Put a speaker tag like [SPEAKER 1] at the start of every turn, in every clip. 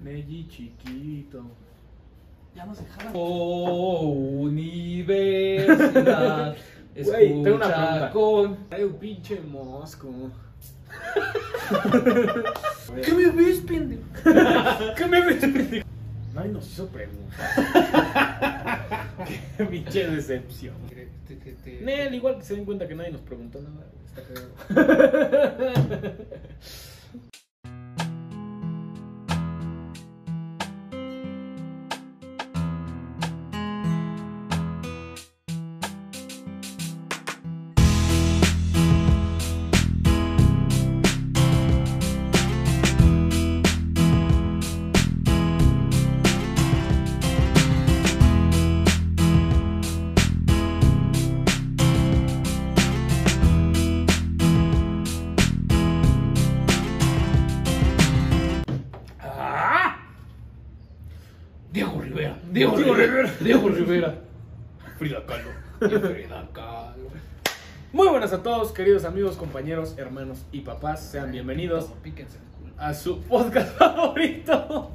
[SPEAKER 1] Neji chiquito.
[SPEAKER 2] Ya nos dejaban.
[SPEAKER 3] Oh, universidad.
[SPEAKER 1] Güey, tengo una
[SPEAKER 3] Escucha
[SPEAKER 1] pregunta.
[SPEAKER 3] con.
[SPEAKER 1] Ay, un pinche mosco.
[SPEAKER 2] ¿Qué me ves, pendejo?
[SPEAKER 3] ¿Qué me metes?
[SPEAKER 1] Nadie nos hizo preguntas. Qué pinche decepción.
[SPEAKER 2] Te- te- te-
[SPEAKER 1] Nel, igual que se den cuenta que nadie nos preguntó nada. Está cagado.
[SPEAKER 3] Diego Rivera. Diego, Rivera. Diego Rivera. Frida Kahlo. Frida Kahlo.
[SPEAKER 1] Muy buenas a todos, queridos amigos, compañeros, hermanos y papás. Sean bienvenidos
[SPEAKER 2] Todo, Píquense el culo.
[SPEAKER 1] a su podcast favorito.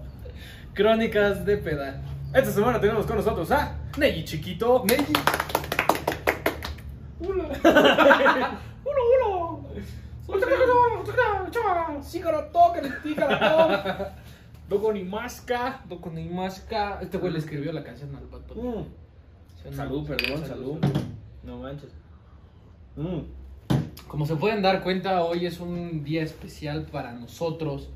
[SPEAKER 3] Crónicas de pedal.
[SPEAKER 1] Esta semana tenemos con nosotros a Neji Chiquito.
[SPEAKER 3] Neji.
[SPEAKER 1] ¡Uno, uno! Dogo ni masca.
[SPEAKER 2] Con Imasca. Este güey le escribió la canción al vato. Sí, no.
[SPEAKER 1] Salud, perdón, salud. No manches. Mm.
[SPEAKER 2] Como se pueden dar cuenta, hoy es un día especial para nosotros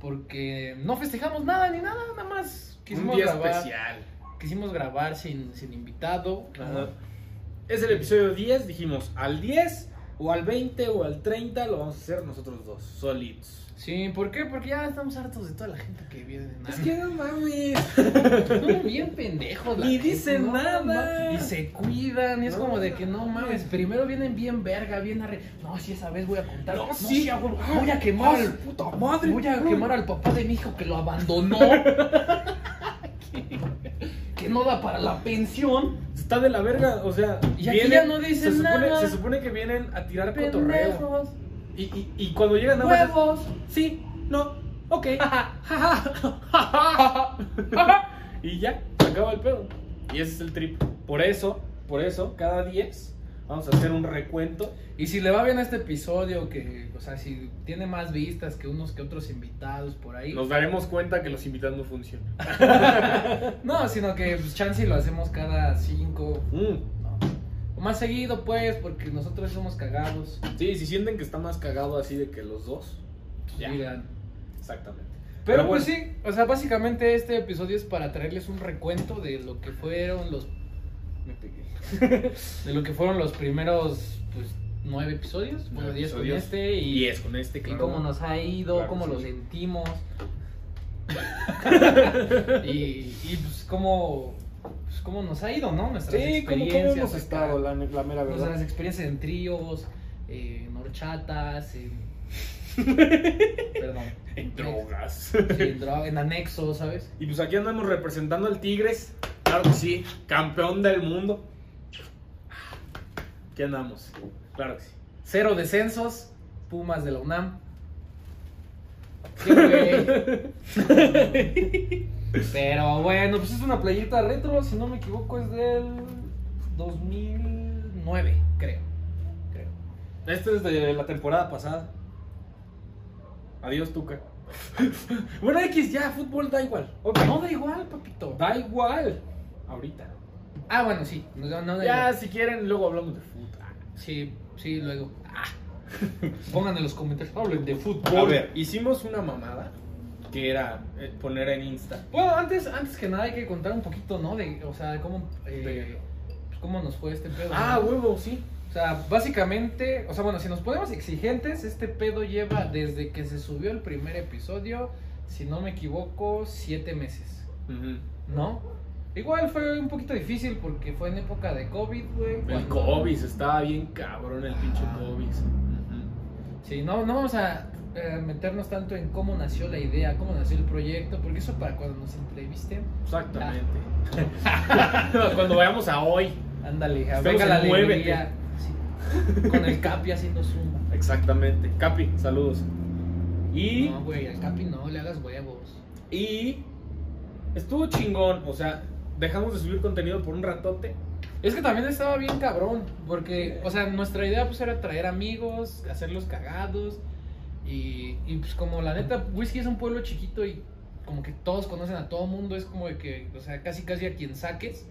[SPEAKER 2] porque no festejamos nada ni nada, nada más
[SPEAKER 1] Un
[SPEAKER 2] quisimos
[SPEAKER 1] día
[SPEAKER 2] grabar,
[SPEAKER 1] especial.
[SPEAKER 2] quisimos grabar sin, sin invitado.
[SPEAKER 1] Ajá. Es el episodio 10, dijimos al 10 o al 20 o al 30 lo vamos a hacer nosotros dos, solitos.
[SPEAKER 2] Sí, ¿por qué? Porque ya estamos hartos de toda la gente que viene.
[SPEAKER 1] Es que no mames.
[SPEAKER 2] Son bien pendejos. la
[SPEAKER 1] Ni
[SPEAKER 2] gente,
[SPEAKER 1] dicen nada.
[SPEAKER 2] y se cuidan. Y es
[SPEAKER 1] No,
[SPEAKER 2] como de que no
[SPEAKER 1] no,
[SPEAKER 2] mames.
[SPEAKER 1] no.
[SPEAKER 2] Primero vienen bien verga, bien arre. No, si esa vez voy a contar.
[SPEAKER 1] No, sí.
[SPEAKER 2] a huevo, voy a quemar.
[SPEAKER 1] Ah,
[SPEAKER 2] al-
[SPEAKER 1] su puta madre.
[SPEAKER 2] Voy a
[SPEAKER 1] No.
[SPEAKER 2] quemar al papá de mi hijo que lo abandonó. que no da para la pensión.
[SPEAKER 1] Está de la verga, o sea,
[SPEAKER 2] Y aquí ya no
[SPEAKER 1] se
[SPEAKER 2] dicen
[SPEAKER 1] supone,
[SPEAKER 2] nada.
[SPEAKER 1] Se supone que vienen a tirar cotorreo.
[SPEAKER 2] Pendejos.
[SPEAKER 1] Y, y, y cuando llegan nada más es-
[SPEAKER 2] Huevos.
[SPEAKER 1] Sí, no, ok. y ya, se acaba el pedo. Y ese es el trip. Por eso, por eso, cada 10 vamos a hacer un recuento.
[SPEAKER 2] Y si le va bien a este episodio, que, o sea, si tiene más vistas que unos que otros invitados por ahí.
[SPEAKER 1] Nos daremos cuenta que los invitados no funcionan.
[SPEAKER 2] No, sino que pues, chance lo hacemos cada cinco.
[SPEAKER 1] Mm,
[SPEAKER 2] no. O más seguido, pues, porque nosotros somos cagados.
[SPEAKER 1] Sí, si sienten que está más cagado así de que los dos. Ya.
[SPEAKER 2] digan.
[SPEAKER 1] Exactamente.
[SPEAKER 2] Pues, Pero,
[SPEAKER 1] Pero
[SPEAKER 2] pues
[SPEAKER 1] bueno.
[SPEAKER 2] sí, o sea, básicamente este episodio es para traerles un recuento de lo que fueron los. Me pegué. de lo que fueron los primeros, pues, nueve episodios. Bueno, diez con
[SPEAKER 1] Episodios.
[SPEAKER 2] este y.
[SPEAKER 1] Y es con este,
[SPEAKER 2] y
[SPEAKER 1] claro.
[SPEAKER 2] cómo nos ha ido,
[SPEAKER 1] Claro,
[SPEAKER 2] cómo
[SPEAKER 1] sí.
[SPEAKER 2] lo sentimos. y, y, pues cómo, pues cómo nos ha ido, ¿no? Nuestras
[SPEAKER 1] Sí, como
[SPEAKER 2] experiencias.
[SPEAKER 1] hemos
[SPEAKER 2] acá.
[SPEAKER 1] estado, la, ne- la mera
[SPEAKER 2] Nuestras
[SPEAKER 1] verdad.
[SPEAKER 2] experiencias en tríos, eh, en horchatas, en. Perdón.
[SPEAKER 1] En drogas.
[SPEAKER 2] Sí, en, droga- en anexos, ¿sabes?
[SPEAKER 1] Y pues aquí andamos representando al Tigres. Claro que sí, campeón del mundo. Aquí andamos. Claro que sí.
[SPEAKER 2] Cero descensos, Pumas de la UNAM. Sí, güey. Pero bueno, pues es una playita retro, si no me equivoco es del 2009, creo. creo.
[SPEAKER 1] Este es de la temporada pasada. Adiós, Tuca. bueno, X, ya, fútbol da igual. Ok.
[SPEAKER 2] No da igual, papito.
[SPEAKER 1] Da igual. Ahorita.
[SPEAKER 2] Ah, bueno, sí. No, no, no da
[SPEAKER 1] Ya,
[SPEAKER 2] igual.
[SPEAKER 1] si quieren, luego hablamos de fútbol.
[SPEAKER 2] Sí, sí, luego. Ah. Pongan en los comentarios, hablen de fútbol.
[SPEAKER 1] A ver, hicimos una mamada que era eh, poner en Insta.
[SPEAKER 2] Bueno, antes, antes que nada hay que contar un poquito, ¿no? De, o sea, cómo, eh, pues, cómo nos fue este pedo.
[SPEAKER 1] Ah,
[SPEAKER 2] ¿no?
[SPEAKER 1] huevo, sí.
[SPEAKER 2] O sea, básicamente, o sea, bueno, si nos ponemos exigentes, este pedo lleva desde que se subió el primer episodio, si no me equivoco, siete meses, ¿no? Igual fue un poquito difícil porque fue en época de COVID, güey.
[SPEAKER 1] El
[SPEAKER 2] cuando-
[SPEAKER 1] COVID, estaba bien cabrón el pinche
[SPEAKER 2] Ah.
[SPEAKER 1] COVID.
[SPEAKER 2] Sí, no, no vamos a eh, meternos tanto en cómo nació la idea, cómo nació el proyecto, porque eso para cuando nos entrevisten.
[SPEAKER 1] Exactamente. Cuando vayamos a hoy.
[SPEAKER 2] Ándale, a-
[SPEAKER 1] Estamos
[SPEAKER 2] venga
[SPEAKER 1] en
[SPEAKER 2] la
[SPEAKER 1] Muévete.
[SPEAKER 2] alegría. Sí. Con el Capi haciendo zoom.
[SPEAKER 1] Exactamente. Capi, saludos. Y
[SPEAKER 2] No, güey, al Capi no, le hagas huevos.
[SPEAKER 1] Y estuvo chingón, o sea, dejamos de subir contenido por un ratote.
[SPEAKER 2] Es que también estaba bien cabrón, porque, o sea, nuestra idea pues era traer amigos, hacerlos cagados, y, y pues como la neta, Whisky es un pueblo chiquito y como que todos conocen a todo mundo, es como de que, o sea, casi casi a quien saques,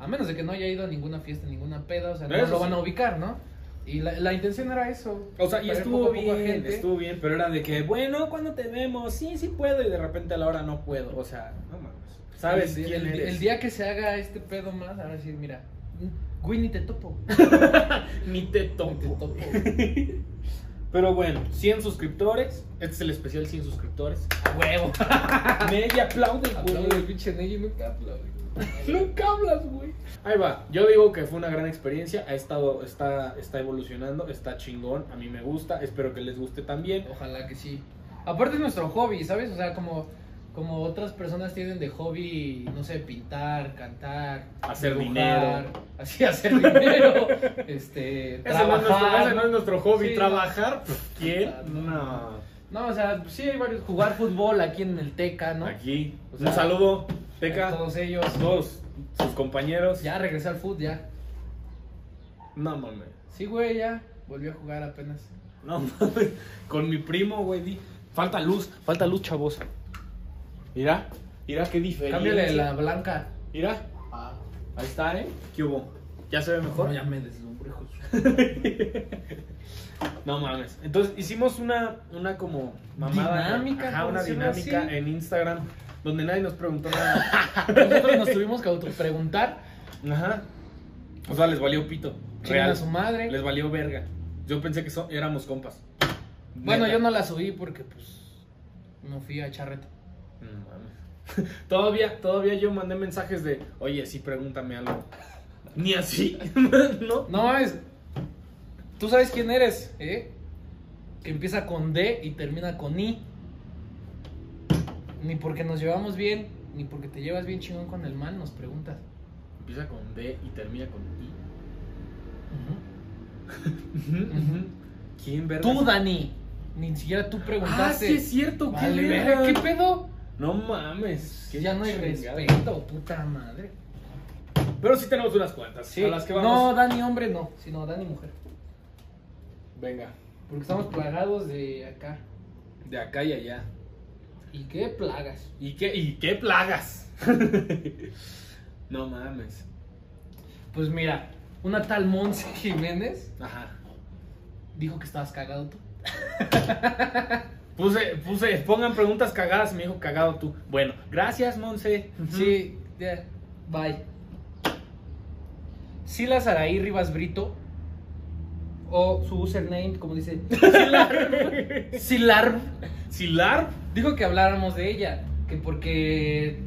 [SPEAKER 2] a menos de que no haya ido a ninguna fiesta, ninguna peda, o sea, no
[SPEAKER 1] Eso
[SPEAKER 2] lo
[SPEAKER 1] sí.
[SPEAKER 2] van a ubicar, ¿no? Y la, la intención era eso.
[SPEAKER 1] O sea, y
[SPEAKER 2] traer
[SPEAKER 1] estuvo
[SPEAKER 2] poco a poco a
[SPEAKER 1] bien,
[SPEAKER 2] gente.
[SPEAKER 1] estuvo bien, pero era de que, bueno, ¿cuándo te vemos? Sí, sí puedo, y de repente a la hora no puedo. O sea, no mames. ¿Sabes
[SPEAKER 2] el,
[SPEAKER 1] quién
[SPEAKER 2] el-
[SPEAKER 1] eres?
[SPEAKER 2] el día que se haga este pedo más, ahora sí, mira, güey, ni te topo.
[SPEAKER 1] Ni te
[SPEAKER 2] Ni te
[SPEAKER 1] topo.
[SPEAKER 2] topo.
[SPEAKER 1] Pero bueno, 100 suscriptores. Este es el especial 100 suscriptores.
[SPEAKER 2] A huevo.
[SPEAKER 1] Media aplaude,
[SPEAKER 2] Aplaudo
[SPEAKER 1] güey.
[SPEAKER 2] el pinche Ney y nunca aplaudo.
[SPEAKER 1] Nunca hablas, güey. Ahí va. Yo digo que fue una gran experiencia. Ha estado, está, está evolucionando, está chingón. A mí me gusta. Espero que les guste también.
[SPEAKER 2] Ojalá que sí. Aparte es nuestro hobby, ¿sabes? O sea, como, como otras personas tienen de hobby, no sé, pintar, cantar,
[SPEAKER 1] Hacer dinero.
[SPEAKER 2] así hacer dinero, este,
[SPEAKER 1] Ese no, es nuestro, ese
[SPEAKER 2] trabajar.
[SPEAKER 1] no es nuestro hobby.
[SPEAKER 2] Sí,
[SPEAKER 1] Trabajar, pues, ¿quién?
[SPEAKER 2] No.
[SPEAKER 1] No.
[SPEAKER 2] No, o sea, sí hay varios, jugar fútbol aquí en el Teca, ¿no?
[SPEAKER 1] Aquí.
[SPEAKER 2] O
[SPEAKER 1] Un
[SPEAKER 2] sea,
[SPEAKER 1] saludo,
[SPEAKER 2] A
[SPEAKER 1] Teca.
[SPEAKER 2] todos ellos.
[SPEAKER 1] Todos sus compañeros.
[SPEAKER 2] Ya regresé al fútbol, ya.
[SPEAKER 1] No mames.
[SPEAKER 2] Sí, güey, ya. Volví a jugar apenas.
[SPEAKER 1] No mames. Con mi primo, güey. di, Falta luz, falta luz, chavos. Mira, mira qué diferencia.
[SPEAKER 2] Cámbiale la blanca.
[SPEAKER 1] Mira, ahí está, ¿eh? ¿Qué hubo? ¿Ya se ve mejor?
[SPEAKER 2] No, ya me deslumbré, Jesús.
[SPEAKER 1] No mames. Entonces hicimos una, una como mamada.
[SPEAKER 2] Dinámica,
[SPEAKER 1] Ajá,
[SPEAKER 2] por
[SPEAKER 1] una
[SPEAKER 2] decirlo
[SPEAKER 1] dinámica
[SPEAKER 2] así.
[SPEAKER 1] en Instagram donde nadie nos preguntó nada.
[SPEAKER 2] Nosotros nos tuvimos que autopreguntar.
[SPEAKER 1] Ajá. O sea, les valió pito.
[SPEAKER 2] Real.
[SPEAKER 1] Real.
[SPEAKER 2] a su madre.
[SPEAKER 1] Les valió verga. Yo pensé que so- éramos compas.
[SPEAKER 2] Bueno,
[SPEAKER 1] Neta.
[SPEAKER 2] yo no la subí porque pues no fui a echar reto.
[SPEAKER 1] No mames. Todavía, todavía yo mandé mensajes de, oye, sí, pregúntame algo. Ni así, ¿no?
[SPEAKER 2] No es. Tú sabes quién eres, ¿eh? Que empieza con D y termina con I. Ni porque nos llevamos bien, ni porque te llevas bien chingón con el man, nos preguntas.
[SPEAKER 1] Empieza con D y termina con I.
[SPEAKER 2] Ujú.
[SPEAKER 1] ¿Quién verga?
[SPEAKER 2] Tú, Dani, ni siquiera tú
[SPEAKER 1] Ah,
[SPEAKER 2] preguntaste.
[SPEAKER 1] sí es cierto, qué
[SPEAKER 2] Vale,
[SPEAKER 1] verga.
[SPEAKER 2] ¿Qué pedo?
[SPEAKER 1] No mames. qué
[SPEAKER 2] ya no hay
[SPEAKER 1] chingada.
[SPEAKER 2] respeto, puta madre.
[SPEAKER 1] Pero sí tenemos unas cuantas.
[SPEAKER 2] Sí.
[SPEAKER 1] A las que vamos.
[SPEAKER 2] No, Dani, hombre, no. Sino Dani, mujer.
[SPEAKER 1] Venga.
[SPEAKER 2] Porque estamos plagados de acá.
[SPEAKER 1] De acá y allá.
[SPEAKER 2] ¿Y qué plagas?
[SPEAKER 1] ¿Y qué, y qué plagas? no mames.
[SPEAKER 2] Pues mira, una tal Monse Jiménez
[SPEAKER 1] Ajá.
[SPEAKER 2] dijo que estabas cagado tú.
[SPEAKER 1] Puse, puse, pongan preguntas cagadas, me dijo cagado tú. Bueno, gracias, Monse.
[SPEAKER 2] Sí, ya. Bye. Silas Araí Rivas Brito. O su username, como dice. Silar. Silar.
[SPEAKER 1] Silar.
[SPEAKER 2] Dijo que habláramos de ella. Que porque.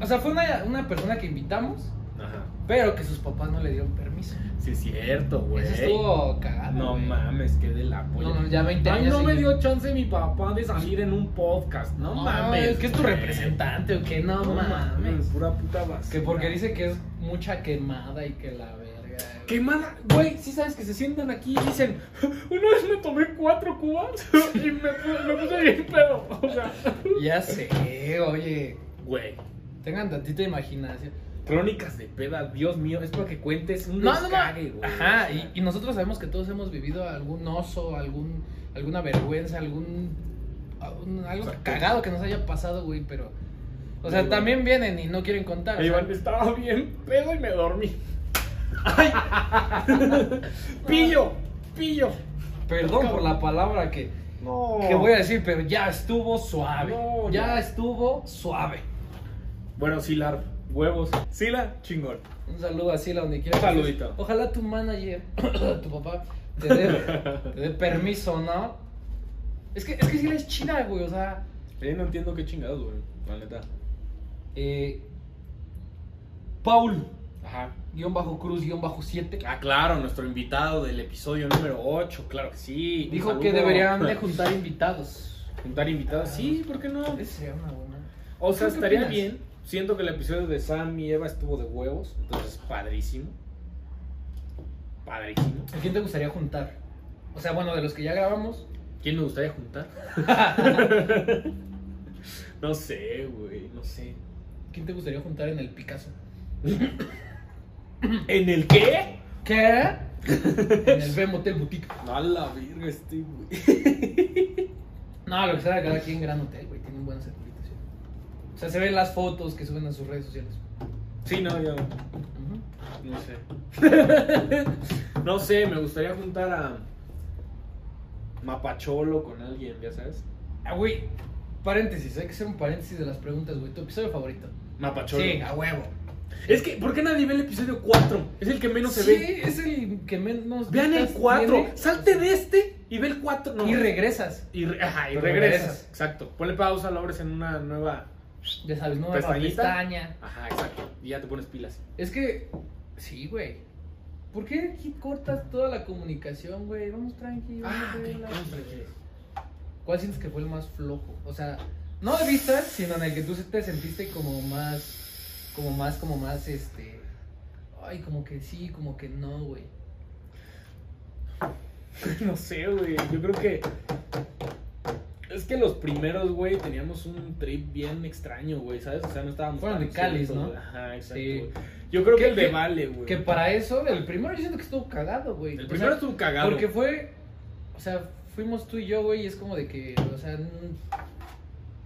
[SPEAKER 2] O sea, fue una, una persona que invitamos.
[SPEAKER 1] Ajá.
[SPEAKER 2] Pero que sus papás no le dieron permiso.
[SPEAKER 1] Sí, es cierto, güey.
[SPEAKER 2] Eso estuvo cagado.
[SPEAKER 1] No
[SPEAKER 2] güey.
[SPEAKER 1] mames, que de la polla.
[SPEAKER 2] No, no, ya 20
[SPEAKER 1] Ay,
[SPEAKER 2] años.
[SPEAKER 1] no me
[SPEAKER 2] seguidos.
[SPEAKER 1] dio chance mi papá de salir en un podcast. No,
[SPEAKER 2] No,
[SPEAKER 1] mames.
[SPEAKER 2] es que es tu
[SPEAKER 1] güey.
[SPEAKER 2] representante o que no,
[SPEAKER 1] No mames,
[SPEAKER 2] mames.
[SPEAKER 1] pura puta basura.
[SPEAKER 2] Que porque dice que es mucha quemada y que la verga. güey.
[SPEAKER 1] Quemada, güey, sí sabes que se sientan aquí y dicen, una vez me tomé cuatro cubas y me, pu- me puse bien pedo. O sea,
[SPEAKER 2] Ya sé, oye.
[SPEAKER 1] güey,
[SPEAKER 2] Tengan tantita imaginación.
[SPEAKER 1] crónicas de peda, Dios mío, es para que cuentes un
[SPEAKER 2] No, no, no.
[SPEAKER 1] descague, güey.
[SPEAKER 2] Ajá, y, y nosotros sabemos que todos hemos vivido algún oso, algún, alguna vergüenza, algún. algún- algo
[SPEAKER 1] Exacto.
[SPEAKER 2] cagado que nos haya pasado, güey, pero. O sea,
[SPEAKER 1] Muy bueno.
[SPEAKER 2] también vienen y no quieren contar. o
[SPEAKER 1] Ahí
[SPEAKER 2] sea,
[SPEAKER 1] van, estaba bien pedo y me dormí. ¡Ay! ¡Pillo! ¡Pillo!
[SPEAKER 2] Perdón por la palabra que,
[SPEAKER 1] No.
[SPEAKER 2] que voy a decir, pero ya estuvo suave.
[SPEAKER 1] No,
[SPEAKER 2] ya.
[SPEAKER 1] ya.
[SPEAKER 2] estuvo suave.
[SPEAKER 1] Bueno, Silar, huevos. Sila, chingón.
[SPEAKER 2] Un saludo así a donde quiera.
[SPEAKER 1] Un saludito.
[SPEAKER 2] Ojalá tu manager, tu papá, te dé, te dé permiso, ¿no? Es que, es que sí es chida, güey, o sea.
[SPEAKER 1] Eh, no entiendo qué chingados, güey. La neta.
[SPEAKER 2] eh, Paul,
[SPEAKER 1] Ajá.
[SPEAKER 2] guión bajo cruz, guión bajo 7,
[SPEAKER 1] Ah, claro, nuestro invitado del episodio número 8, claro que sí. Un
[SPEAKER 2] dijo
[SPEAKER 1] saludo.
[SPEAKER 2] que deberían de juntar invitados.
[SPEAKER 1] juntar invitados. Sí, ¿por qué no?
[SPEAKER 2] Esa sería una buena.
[SPEAKER 1] O sea,
[SPEAKER 2] ¿Tú qué
[SPEAKER 1] estaría
[SPEAKER 2] opinas?
[SPEAKER 1] bien. Siento que el episodio de Sam y Eva estuvo de huevos, entonces padrísimo. Padrísimo.
[SPEAKER 2] ¿A quién te gustaría juntar? O sea, bueno, de los que ya grabamos.
[SPEAKER 1] ¿Quién me gustaría juntar? No sé, güey, no sé.
[SPEAKER 2] ¿Quién te gustaría juntar en el Picasso?
[SPEAKER 1] ¿En el qué?
[SPEAKER 2] ¿Qué? En el B Motel Boutique.
[SPEAKER 1] A la verga, este, güey.
[SPEAKER 2] No, lo que sea, cada quien gran hotel, güey. Tienen buenas certificaciones. O sea, se ven las fotos que suben a sus redes sociales.
[SPEAKER 1] Sí, no, ya.
[SPEAKER 2] Ujú.
[SPEAKER 1] No sé. no sé, me gustaría juntar a. Mapacholo con alguien, ya sabes.
[SPEAKER 2] Ah, güey. Paréntesis, hay que hacer un paréntesis de las preguntas, güey. ¿Tu episodio favorito?
[SPEAKER 1] Mapacholo.
[SPEAKER 2] Sí, a huevo.
[SPEAKER 1] Es que, ¿por qué nadie ve el episodio 4? Es el que menos
[SPEAKER 2] sí,
[SPEAKER 1] se ve.
[SPEAKER 2] es el que menos.
[SPEAKER 1] Vean el
[SPEAKER 2] vistas
[SPEAKER 1] 4.
[SPEAKER 2] tiene.
[SPEAKER 1] Salte de este y ve el 4.
[SPEAKER 2] Y regresas.
[SPEAKER 1] Y, re- ajá, y
[SPEAKER 2] Pero
[SPEAKER 1] regresas.
[SPEAKER 2] regresas.
[SPEAKER 1] Exacto. Ponle pausa, lo abres en una nueva.
[SPEAKER 2] Ya sabes, nueva
[SPEAKER 1] ¿Pestañita?
[SPEAKER 2] pestaña.
[SPEAKER 1] Ajá, exacto. Y ya te pones pilas.
[SPEAKER 2] Es que. Sí, güey. ¿Por qué aquí cortas toda la comunicación, güey? Vamos tranqui, vamos
[SPEAKER 1] Ah,
[SPEAKER 2] relax,
[SPEAKER 1] ok, vamos
[SPEAKER 2] güey.
[SPEAKER 1] tranqui.
[SPEAKER 2] ¿Cuál sientes que fue el más flojo? O sea, no de vistas, sino en el que tú se- te sentiste como más. Como más, como más, este. Ay, como que sí, como que no, güey.
[SPEAKER 1] No sé, güey. Yo creo que. Es que los primeros, güey, teníamos un trip bien extraño, güey, ¿sabes? O sea, no estábamos.
[SPEAKER 2] Fueron
[SPEAKER 1] tan
[SPEAKER 2] de cáliz,
[SPEAKER 1] sueltos,
[SPEAKER 2] ¿no?
[SPEAKER 1] güey. Ajá, exacto.
[SPEAKER 2] Sí.
[SPEAKER 1] güey. Yo creo que
[SPEAKER 2] Que-
[SPEAKER 1] el de
[SPEAKER 2] que-
[SPEAKER 1] Vale, güey.
[SPEAKER 2] Que para eso, el primero yo siento que estuvo cagado, güey.
[SPEAKER 1] El
[SPEAKER 2] O
[SPEAKER 1] primero
[SPEAKER 2] sea,
[SPEAKER 1] estuvo cagado.
[SPEAKER 2] Porque fue. O sea, fuimos tú y yo, güey, y es como de que. O sea. n-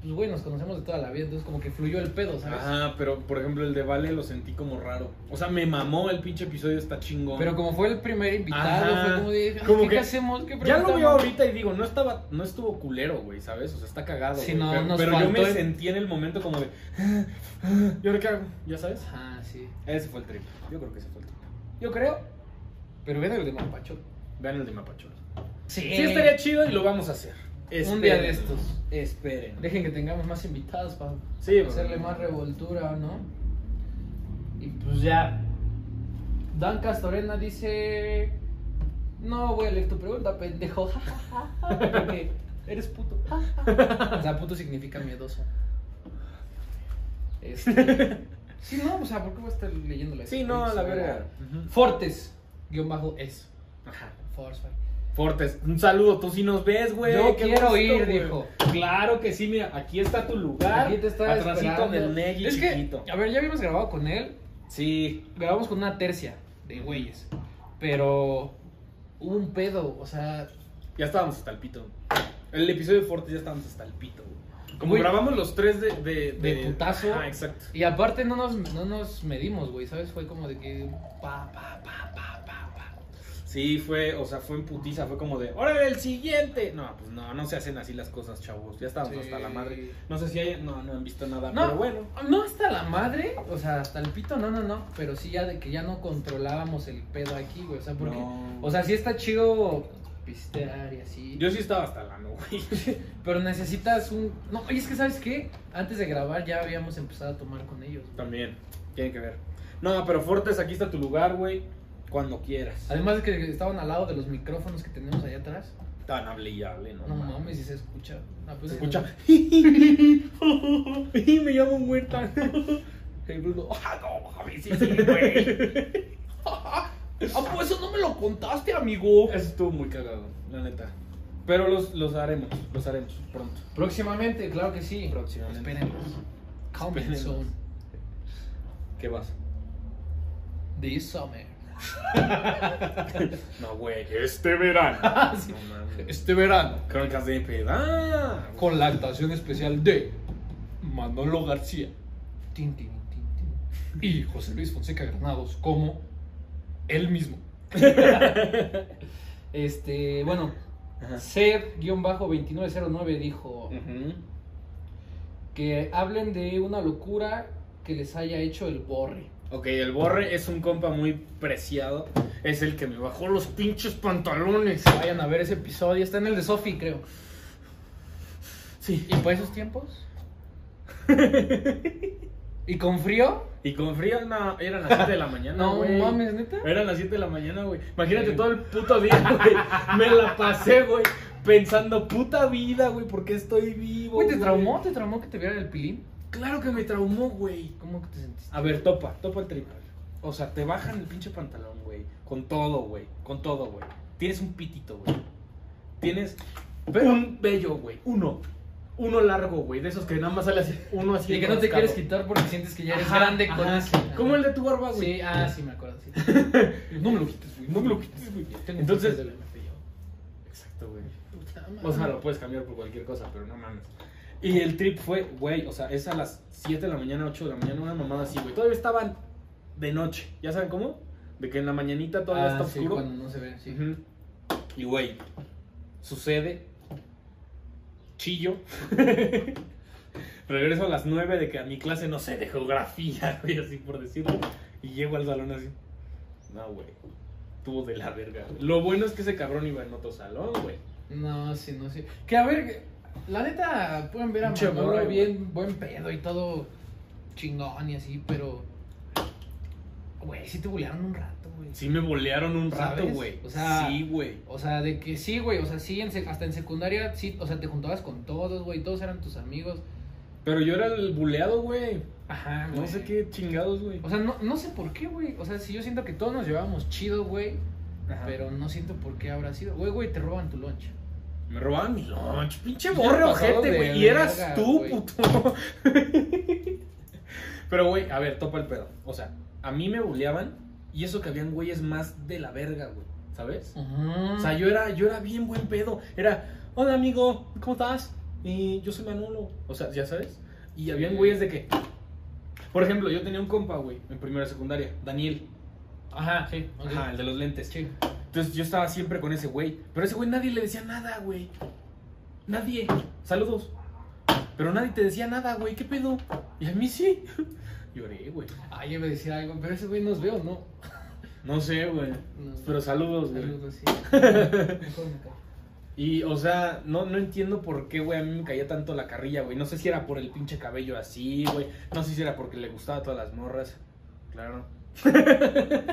[SPEAKER 2] Pues, güey, nos conocemos de toda la vida, entonces como que fluyó el pedo, ¿sabes?
[SPEAKER 1] Ajá, pero por ejemplo, el de Vale lo sentí como raro. O sea, me mamó el pinche episodio, está chingón.
[SPEAKER 2] Pero como fue el primer invitado,
[SPEAKER 1] Ajá.
[SPEAKER 2] fue como de, "Ay,
[SPEAKER 1] Como
[SPEAKER 2] ¿qué,
[SPEAKER 1] que-
[SPEAKER 2] hacemos? ¿Qué
[SPEAKER 1] Ya lo veo
[SPEAKER 2] preguntamos?"
[SPEAKER 1] ahorita y digo, no estaba, no estuvo culero, güey, ¿sabes? O sea, está cagado.
[SPEAKER 2] Sí,
[SPEAKER 1] güey,
[SPEAKER 2] no,
[SPEAKER 1] pero
[SPEAKER 2] nos
[SPEAKER 1] pero yo
[SPEAKER 2] faltó
[SPEAKER 1] me
[SPEAKER 2] el-
[SPEAKER 1] sentí en el momento como de. "Ah, ah, ¿Y ahora qué hago? ¿Ya sabes?
[SPEAKER 2] Ajá, sí.
[SPEAKER 1] Ese fue el trip. Yo creo que ese fue el trip.
[SPEAKER 2] Yo creo. Pero ven el de Mapacho.
[SPEAKER 1] Vean el de Mapacholo.
[SPEAKER 2] Sí.
[SPEAKER 1] Sí, estaría chido y lo vamos a hacer.
[SPEAKER 2] Un día de estos.
[SPEAKER 1] Esperen.
[SPEAKER 2] Dejen que tengamos más invitados para
[SPEAKER 1] Sí,
[SPEAKER 2] hacerle
[SPEAKER 1] porque-
[SPEAKER 2] más revoltura, ¿no? Y pues ya. Dan Castorena dice. No voy a leer tu pregunta, pendejo. Porque eres puto. o sea, puto significa miedoso. Este, Sí, no, o sea, ¿por qué voy a estar leyendo la
[SPEAKER 1] Sí, no, a la verga. Ujú.
[SPEAKER 2] Fortes, guión bajo es.
[SPEAKER 1] Ajá.
[SPEAKER 2] Force,
[SPEAKER 1] Fortes, un saludo, tú sí nos ves, güey.
[SPEAKER 2] Yo
[SPEAKER 1] qué
[SPEAKER 2] quiero
[SPEAKER 1] gusto,
[SPEAKER 2] ir,
[SPEAKER 1] güey.
[SPEAKER 2] dijo.
[SPEAKER 1] Claro que sí, mira, aquí está tu lugar.
[SPEAKER 2] Aquí te estaba
[SPEAKER 1] Atrasito
[SPEAKER 2] esperando.
[SPEAKER 1] del Negi
[SPEAKER 2] Es
[SPEAKER 1] chiquito.
[SPEAKER 2] que, a ver, ya habíamos grabado con él.
[SPEAKER 1] Sí.
[SPEAKER 2] Grabamos con una tercia de güeyes. Pero hubo un pedo, o sea.
[SPEAKER 1] Ya estábamos hasta el pito. El episodio de Fortes ya estábamos hasta el pito, güey. Como
[SPEAKER 2] Güey.
[SPEAKER 1] grabamos los tres de. De,
[SPEAKER 2] De putazo.
[SPEAKER 1] Ah, exacto.
[SPEAKER 2] Y aparte no nos, no nos medimos, güey, ¿sabes? Fue como de que. Pa, pa, pa, pa, pa, pa.
[SPEAKER 1] Sí, fue, o sea, fue en putiza, fue como de, ¡órale, el siguiente! No, pues no, no se hacen así las cosas, chavos. Ya estábamos
[SPEAKER 2] Sí.
[SPEAKER 1] hasta la madre. No sé si hay, no, no han visto nada,
[SPEAKER 2] No.
[SPEAKER 1] pero bueno.
[SPEAKER 2] No hasta la madre, o sea, hasta el pito, no, no, no. Pero sí, ya de que ya no controlábamos el pedo aquí, güey. O sea, porque.
[SPEAKER 1] No.
[SPEAKER 2] O sea, sí está chido pistear y así.
[SPEAKER 1] Yo sí estaba hasta la no, güey.
[SPEAKER 2] Pero necesitas un. No, y es que, ¿sabes qué? Antes de grabar ya habíamos empezado a tomar con ellos. güey.
[SPEAKER 1] También, tiene que ver. No, pero Fortes, aquí está tu lugar, güey. Cuando quieras.
[SPEAKER 2] Además de que estaban al lado de los micrófonos que tenemos allá atrás.
[SPEAKER 1] Tan hable y hable, ¿no?
[SPEAKER 2] No mames, si se escucha. Ah, pues,
[SPEAKER 1] Se
[SPEAKER 2] sí,
[SPEAKER 1] escucha. Y me llamo muerta.
[SPEAKER 2] pues, no. El Bruno,
[SPEAKER 3] Ah, no, Javi, sí, sí, güey.
[SPEAKER 2] Ah, pues eso no me lo contaste, amigo.
[SPEAKER 1] Eso estuvo muy cagado, la neta. Pero los, los haremos, los haremos pronto.
[SPEAKER 2] Próximamente, claro que sí.
[SPEAKER 1] Próximamente.
[SPEAKER 2] Esperemos. Coming
[SPEAKER 1] Esperemos.
[SPEAKER 2] soon.
[SPEAKER 1] ¿Qué vas?
[SPEAKER 2] This summer.
[SPEAKER 1] No, güey.
[SPEAKER 3] Este verano.
[SPEAKER 1] No mames.
[SPEAKER 2] Este verano,
[SPEAKER 1] Crónicas de peda.
[SPEAKER 2] con la actuación especial de Manolo García. Tin, tin, tin, tin. Y José Luis Fonseca Granados como él mismo. este, bueno,
[SPEAKER 1] Ajá.
[SPEAKER 2] Seb-2909 dijo
[SPEAKER 1] Ujú.
[SPEAKER 2] que hablen de una locura que les haya hecho el borre.
[SPEAKER 1] Ok, el Borre es un compa muy preciado. Es el que me bajó los pinches pantalones.
[SPEAKER 2] Vayan a ver ese episodio, está en el de Sofi, creo.
[SPEAKER 1] Sí.
[SPEAKER 2] ¿Y por esos tiempos? ¿Y con frío?
[SPEAKER 1] Y con frío, no, eran las 7 de la mañana,
[SPEAKER 2] No
[SPEAKER 1] güey. Eh,
[SPEAKER 2] mames, neta.
[SPEAKER 1] Eran las 7 de la mañana, güey. Imagínate
[SPEAKER 2] Sí.
[SPEAKER 1] todo el puto día, güey. Me la pasé, güey. Pensando, puta vida, güey, ¿por qué estoy vivo?
[SPEAKER 2] Güey, ¿te
[SPEAKER 1] güey?
[SPEAKER 2] traumó? ¿Te traumó que te vieran el pilín?
[SPEAKER 1] Claro que me traumó, güey.
[SPEAKER 2] ¿Cómo que te sentiste?
[SPEAKER 1] A ver, topa, topa el trip. O sea, te bajan el pinche pantalón, güey. Con todo, güey. Con todo, güey. Tienes un pitito, güey. Tienes un bello, güey. Uno. uno largo, güey. De esos que nada más sale así, uno así.
[SPEAKER 2] Y que no te quieres
[SPEAKER 1] enroscado.
[SPEAKER 2] quitar porque sientes que ya eres
[SPEAKER 1] Ajá,
[SPEAKER 2] grande con
[SPEAKER 1] ajá.
[SPEAKER 2] eso. Ajá.
[SPEAKER 1] Como el de tu barba, güey.
[SPEAKER 2] Sí, ah, sí, me acuerdo. sí. No me lo quites, güey.
[SPEAKER 1] No me lo quites, güey.
[SPEAKER 2] Tengo
[SPEAKER 1] Entonces-
[SPEAKER 2] un poquito de LMFAO.
[SPEAKER 1] Exacto, güey. O sea, lo puedes cambiar por cualquier cosa, pero no mames. Y el trip fue, güey, o sea, es a las 7 de la mañana, 8 de la mañana, una mamada así, güey. Todavía estaban de noche, ¿ya saben cómo? De que en la mañanita todavía
[SPEAKER 2] Ah,
[SPEAKER 1] está
[SPEAKER 2] sí,
[SPEAKER 1] oscuro.
[SPEAKER 2] cuando no se ve, sí.
[SPEAKER 1] Ujú. Y, güey, sucede. Chillo. Regreso a las 9 de que a mi clase, no sé, de geografía, güey, así por decirlo. Y llego al salón así. No, güey. Tuvo de la verga. güey. Lo bueno es que ese cabrón iba en otro salón, güey.
[SPEAKER 2] No, sí, no, sí. Que a ver, la neta, pueden ver a
[SPEAKER 1] Pinche
[SPEAKER 2] Manolo
[SPEAKER 1] morra,
[SPEAKER 2] bien, buen pedo y todo chingón y así, pero. Güey, sí te bulearon un rato, güey.
[SPEAKER 1] Sí me bolearon un rato,
[SPEAKER 2] ¿Sabes?
[SPEAKER 1] güey.
[SPEAKER 2] O sea-
[SPEAKER 1] sí, güey.
[SPEAKER 2] O sea, de que sí, güey. O sea, sí, en sec- hasta en secundaria, sí. O sea, te juntabas con todos, güey. Todos eran tus amigos.
[SPEAKER 1] Pero yo era el buleado, güey.
[SPEAKER 2] Ajá,
[SPEAKER 1] No sé qué chingados, güey.
[SPEAKER 2] Ah, O sea, no, no sé por qué, güey. O sea, si yo siento que todos nos llevábamos chido, güey.
[SPEAKER 1] Ajá.
[SPEAKER 2] Pero no siento por qué habrá sido. Güey, güey, te roban tu loncha.
[SPEAKER 1] Me robaban mi lunch, pinche
[SPEAKER 2] Ya
[SPEAKER 1] borre
[SPEAKER 2] pasado
[SPEAKER 1] ojete,
[SPEAKER 2] de
[SPEAKER 1] güey. Y
[SPEAKER 2] verga,
[SPEAKER 1] eras tú,
[SPEAKER 2] güey.
[SPEAKER 1] puto. Pero, güey, a ver, topa el pedo. O sea, a mí me buleaban y eso que habían güeyes más de la verga, güey. ¿Sabes? O sea, yo era, yo era bien buen pedo. Era, hola amigo, ¿cómo estás? Y yo soy Manolo. O sea, ya sabes. Y habían güeyes de que. Por ejemplo, yo tenía un compa, güey, en primera secundaria, Daniel.
[SPEAKER 2] Ajá, sí. ok.
[SPEAKER 1] Ajá, el de los lentes.
[SPEAKER 2] Sí.
[SPEAKER 1] Entonces yo estaba siempre con ese güey. Pero ese güey nadie le decía nada, güey. Nadie. Saludos. Pero nadie te decía nada, güey. ¿Qué pedo? Y a mí sí. Lloré, güey.
[SPEAKER 2] Ah, yo iba a decir algo, pero ese güey nos veo, ¿no?
[SPEAKER 1] No sé, güey.
[SPEAKER 2] Nos ve.
[SPEAKER 1] Pero saludos, güey.
[SPEAKER 2] Saludos, sí. Mejor me callo.
[SPEAKER 1] Y, o sea, no, no entiendo por qué, güey, a mí me caía tanto la carrilla, güey. No sé si era por el pinche cabello así, güey. No sé si era porque le gustaba a todas las morras. Claro.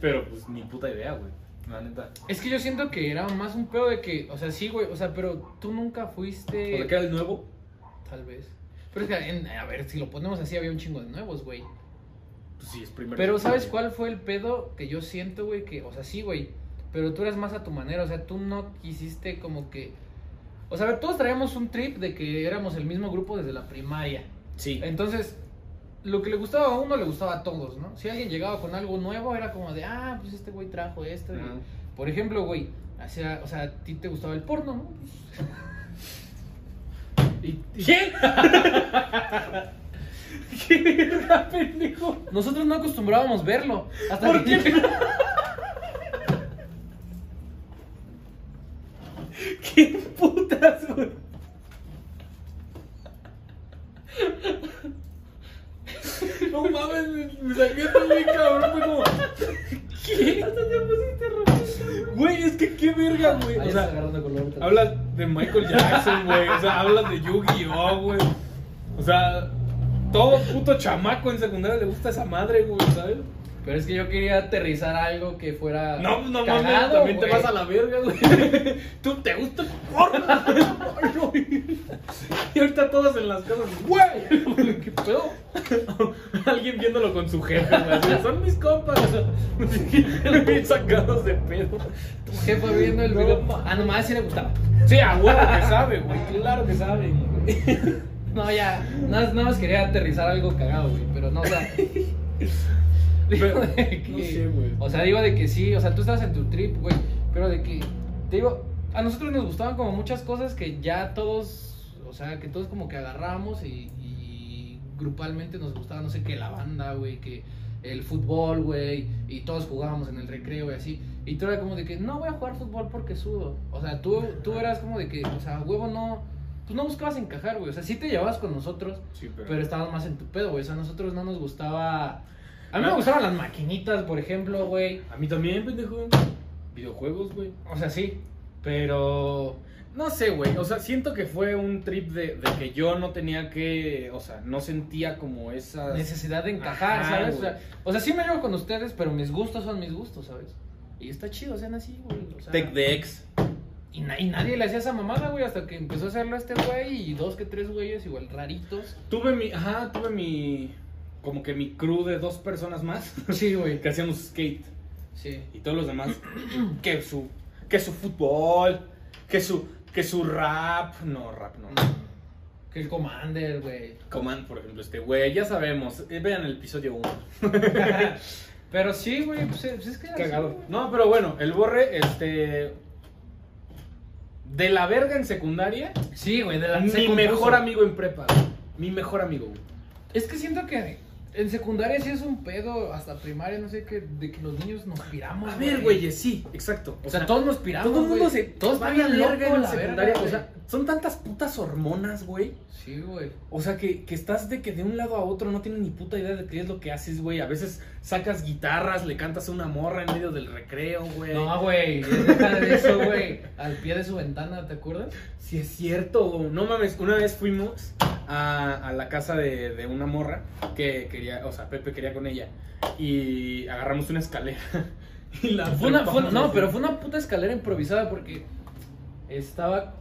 [SPEAKER 1] Pero, pues, ni puta idea, güey. La neta.
[SPEAKER 2] Es que yo siento que era más un pedo de que, o sea, sí, güey, o sea, pero tú nunca fuiste.
[SPEAKER 1] Porque era el nuevo.
[SPEAKER 2] Tal vez. Pero es que, en- a ver, si lo ponemos así, había un chingo de nuevos, güey.
[SPEAKER 1] Pues sí, es primero.
[SPEAKER 2] Pero ¿sabes cuál fue el pedo que yo siento, güey? Que, o sea, sí, güey. Pero tú eras más a tu manera, o sea, tú no quisiste como que... O sea, a ver, todos traíamos un trip de que éramos el mismo grupo desde la primaria.
[SPEAKER 1] Sí.
[SPEAKER 2] Entonces, lo que le gustaba a uno le gustaba a todos, ¿no? Si alguien llegaba con algo nuevo, era como de, ah, pues este güey trajo esto. y-
[SPEAKER 1] Ajá.
[SPEAKER 2] Por ejemplo, güey, hacía- o sea, a ti te gustaba el porno, ¿no?
[SPEAKER 1] ¿Y quién? ¿Qué era, pendejo?
[SPEAKER 2] Nosotros no acostumbrábamos verlo. Hasta
[SPEAKER 1] ¿Por
[SPEAKER 2] que-
[SPEAKER 1] qué? ¿Qué putas, güey? No mames, me, me salió tan bien cabrón, fue como... ¿Qué? Hasta te pusiste rojito, Güey, es que qué verga, güey.
[SPEAKER 2] Ahí
[SPEAKER 1] O
[SPEAKER 2] está
[SPEAKER 1] sea,
[SPEAKER 2] agarrando color. otra vez.
[SPEAKER 1] Hablas de Michael Jackson, güey. O sea, hablas de Yu-Gi-Oh, güey. O sea, todo puto chamaco en secundaria le gusta esa madre, güey, ¿sabes?
[SPEAKER 2] Pero es que yo quería aterrizar algo que fuera.
[SPEAKER 1] No, pues, no mames,
[SPEAKER 2] cagado,
[SPEAKER 1] también
[SPEAKER 2] güey.
[SPEAKER 1] te vas a la verga, güey. Tú te gusta el porno. Ay, no. y ahorita todos en las casas, güey. ¿Qué pedo? Alguien viéndolo con su jefe, güey. así, Son mis compas. Bien sacados de pedo.
[SPEAKER 2] Tu jefa viendo el
[SPEAKER 1] No
[SPEAKER 2] video.
[SPEAKER 1] mames.
[SPEAKER 2] Ah, nomás sí le gustaba.
[SPEAKER 1] Sí, a huevo que sabe, güey. Claro que sabe, güey.
[SPEAKER 2] No, ya. Nada, nada más quería aterrizar algo cagado, güey. Pero no, o sea.
[SPEAKER 1] Pero,
[SPEAKER 2] digo de
[SPEAKER 1] no sé, güey.
[SPEAKER 2] O sea, digo de que sí. O sea, tú estabas en tu trip, güey. Pero de que. Te digo, a nosotros nos gustaban como muchas cosas que ya todos. O sea, que todos como que agarramos y. y grupalmente nos gustaba, no sé qué, la banda, güey. Que el fútbol, güey, y todos jugábamos en el recreo y así. Y tú eras como de que no voy a jugar fútbol porque sudo. O sea, tú, tú eras como de que, o sea, huevo no. Tú pues, no buscabas encajar, güey. O sea, sí te llevabas con nosotros,
[SPEAKER 1] Sí,
[SPEAKER 2] pero estabas más en tu pedo, güey. O sea, a nosotros no nos gustaba. A mí me gustaban las maquinitas, por ejemplo, güey.
[SPEAKER 1] A mí también, pendejo. Videojuegos, güey.
[SPEAKER 2] O sea, sí. Pero.
[SPEAKER 1] No sé, güey. O sea, siento que fue un trip de, de que yo no tenía que. O sea, no sentía como
[SPEAKER 2] Ah,
[SPEAKER 1] esa.
[SPEAKER 2] Necesidad de encajar,
[SPEAKER 1] Ajá,
[SPEAKER 2] ¿sabes? O sea,
[SPEAKER 1] güey.
[SPEAKER 2] o sea, sí me llevo con ustedes, pero mis gustos son mis gustos, ¿sabes? Y está chido, sean así, güey. O sea,
[SPEAKER 1] Tech Dex.
[SPEAKER 2] Y, na- y nadie le hacía esa mamada, güey, hasta que empezó a hacerlo este güey y dos que tres güeyes igual raritos.
[SPEAKER 1] Tuve mi. Ajá, tuve mi. Como que mi crew de dos personas más.
[SPEAKER 2] Sí, güey.
[SPEAKER 1] Que hacíamos skate.
[SPEAKER 2] Sí.
[SPEAKER 1] Y todos los demás. que su. Que su fútbol. Que su. Que su rap. No, rap no.
[SPEAKER 2] Que el Commander, güey.
[SPEAKER 1] Command, por ejemplo, este güey. Ya sabemos. Eh, vean el episodio 1.
[SPEAKER 2] Pero sí, güey, pues es es que... era así, güey.
[SPEAKER 1] No, pero bueno, el borre, este. De la verga en secundaria.
[SPEAKER 2] Sí, güey, de la
[SPEAKER 1] Mi
[SPEAKER 2] secundaria.
[SPEAKER 1] mejor amigo en prepa. güey. Mi mejor amigo, güey.
[SPEAKER 2] Es que siento que en secundaria sí es un pedo, hasta primaria, no sé qué, de que los niños nos piramos.
[SPEAKER 1] A ver, güeyes, sí, exacto.
[SPEAKER 2] O sea, todos nos piramos.
[SPEAKER 1] todo el mundo
[SPEAKER 2] güey.
[SPEAKER 1] se.
[SPEAKER 2] Todos
[SPEAKER 1] va
[SPEAKER 2] vayan
[SPEAKER 1] la
[SPEAKER 2] loco
[SPEAKER 1] verga en
[SPEAKER 2] la
[SPEAKER 1] secundaria.
[SPEAKER 2] verga,
[SPEAKER 1] o sea, son tantas putas hormonas, güey.
[SPEAKER 2] güey. Sí, güey.
[SPEAKER 1] O sea, que, que estás de que de un lado a otro no tienes ni puta idea de qué es lo que haces, güey. A veces sacas guitarras, le cantas a una morra en medio del recreo, güey.
[SPEAKER 2] No, güey. deja de eso, güey. Eh, Al pie de su ventana, ¿te acuerdas?
[SPEAKER 1] Si es cierto, no mames, una vez fuimos a, a la casa de, de una morra que quería, o sea, Pepe quería con ella y agarramos una escalera y la
[SPEAKER 2] Fue una- fue-
[SPEAKER 1] trepamos
[SPEAKER 2] no,
[SPEAKER 1] así.
[SPEAKER 2] pero fue una puta escalera improvisada porque estaba.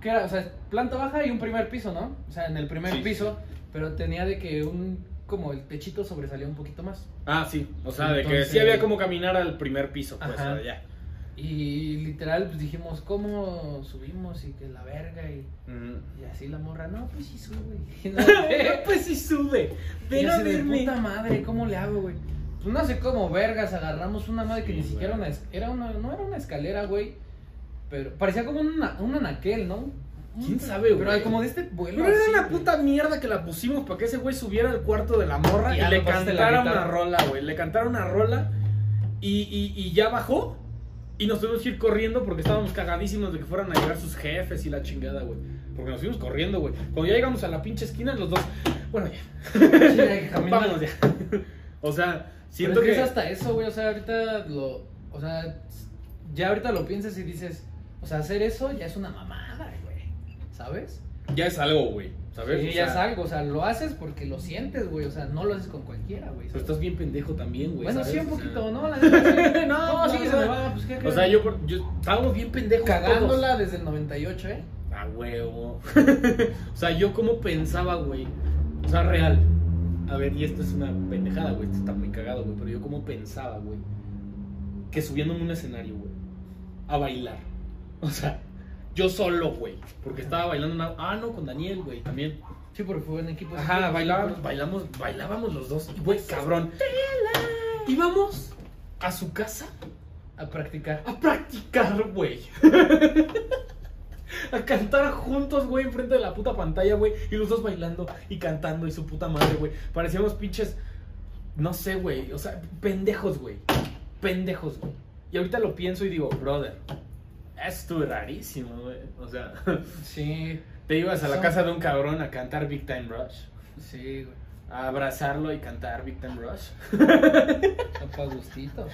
[SPEAKER 2] ¿Qué era? O sea, planta baja y un primer piso, ¿no? O sea, en el primer
[SPEAKER 1] Sí, sí.
[SPEAKER 2] piso, pero tenía de que un. Como el techito sobresalía un poquito más.
[SPEAKER 1] Ah, sí, o sea, de que sí
[SPEAKER 2] Entonces-
[SPEAKER 1] había como caminar al primer piso, pues
[SPEAKER 2] Ajá.
[SPEAKER 1] allá.
[SPEAKER 2] Y literal, pues dijimos, ¿cómo subimos? Y que la verga. Y,
[SPEAKER 1] Mm.
[SPEAKER 2] y así la morra, no, pues sí sube. Y no,
[SPEAKER 1] Eh, pues sí sube,
[SPEAKER 2] Y
[SPEAKER 1] ven
[SPEAKER 2] yo
[SPEAKER 1] a
[SPEAKER 2] así de
[SPEAKER 1] verme.
[SPEAKER 2] puta madre, ¿cómo le hago, güey? Pues no sé cómo, vergas, agarramos una madre que
[SPEAKER 1] Sí,
[SPEAKER 2] ni siquiera
[SPEAKER 1] güey.
[SPEAKER 2] una es- era una, no era una escalera, güey. Pero parecía como una, un anaquel, ¿no?
[SPEAKER 1] ¿Quién
[SPEAKER 2] Un-
[SPEAKER 1] sabe,
[SPEAKER 2] Pero
[SPEAKER 1] güey?
[SPEAKER 2] hay como de este vuelo
[SPEAKER 1] Pero era
[SPEAKER 2] así,
[SPEAKER 1] la
[SPEAKER 2] güey.
[SPEAKER 1] puta mierda que la pusimos para que ese güey subiera al cuarto de la morra
[SPEAKER 2] Y
[SPEAKER 1] y,
[SPEAKER 2] ya
[SPEAKER 1] le
[SPEAKER 2] no pasaste la
[SPEAKER 1] cantara
[SPEAKER 2] guitarra.
[SPEAKER 1] una rola, güey. Le cantara una rola y, y- y ya bajó y nos tuvimos que ir corriendo porque estábamos cagadísimos de que fueran a llegar sus jefes y la chingada, güey. Porque nos fuimos corriendo, güey. Cuando ya llegamos a la pinche esquina, los dos, bueno, ya,
[SPEAKER 2] Sí, hay que caminar.
[SPEAKER 1] vámonos ya. o sea,
[SPEAKER 2] Pero
[SPEAKER 1] siento
[SPEAKER 2] es que,
[SPEAKER 1] que...
[SPEAKER 2] es hasta eso, güey. O sea, ahorita lo. O sea, ya ahorita lo piensas y dices, o sea, hacer eso ya es una mamada, güey. ¿Sabes?
[SPEAKER 1] ya es algo, güey. ¿Sabes? O
[SPEAKER 2] Sí,
[SPEAKER 1] sea,
[SPEAKER 2] ya es algo. O sea, lo haces porque lo sientes, güey. O sea, no lo haces con cualquiera, güey.
[SPEAKER 1] Pero
[SPEAKER 2] ¿sabes?
[SPEAKER 1] estás bien pendejo también, güey.
[SPEAKER 2] Bueno,
[SPEAKER 1] ¿sabes?
[SPEAKER 2] sí, un
[SPEAKER 1] O sea,
[SPEAKER 2] poquito, ¿no? La neta, sí.
[SPEAKER 1] No,
[SPEAKER 2] sí,
[SPEAKER 1] no,
[SPEAKER 2] se
[SPEAKER 1] no.
[SPEAKER 2] me va. Pues, ¿qué, qué?
[SPEAKER 1] O sea, yo, por- yo estábamos bien pendejos todos.
[SPEAKER 2] Cagándola desde el 98, ¿eh?
[SPEAKER 1] A huevo. o sea, yo como pensaba, güey. O sea, real. A ver, y esto es una pendejada, güey. Esto está muy cagado, güey. Pero yo como pensaba, güey. Que subiéndome a un escenario, güey. A bailar. O sea, yo solo, güey. Porque estaba bailando una... Ah, no, con Daniel, güey. También.
[SPEAKER 2] Sí, porque fue en equipo.
[SPEAKER 1] Ajá, bailábamos, bailamos, bailábamos los dos. Y, güey, cabrón. Íbamos a su casa
[SPEAKER 2] A practicar.
[SPEAKER 1] a practicar, güey. A cantar juntos, güey, enfrente de la puta pantalla, güey. Y los dos bailando y cantando y su puta madre, güey. Parecíamos pinches. No sé, güey. O sea, pendejos, güey. Pendejos, güey. Y ahorita lo pienso y digo, brother. Esto es rarísimo, güey. O sea,
[SPEAKER 2] Sí,
[SPEAKER 1] te ibas a la casa de un cabrón a cantar Big Time Rush.
[SPEAKER 2] sí, güey.
[SPEAKER 1] A abrazarlo y cantar Big Time Rush.
[SPEAKER 2] Papá Gustito.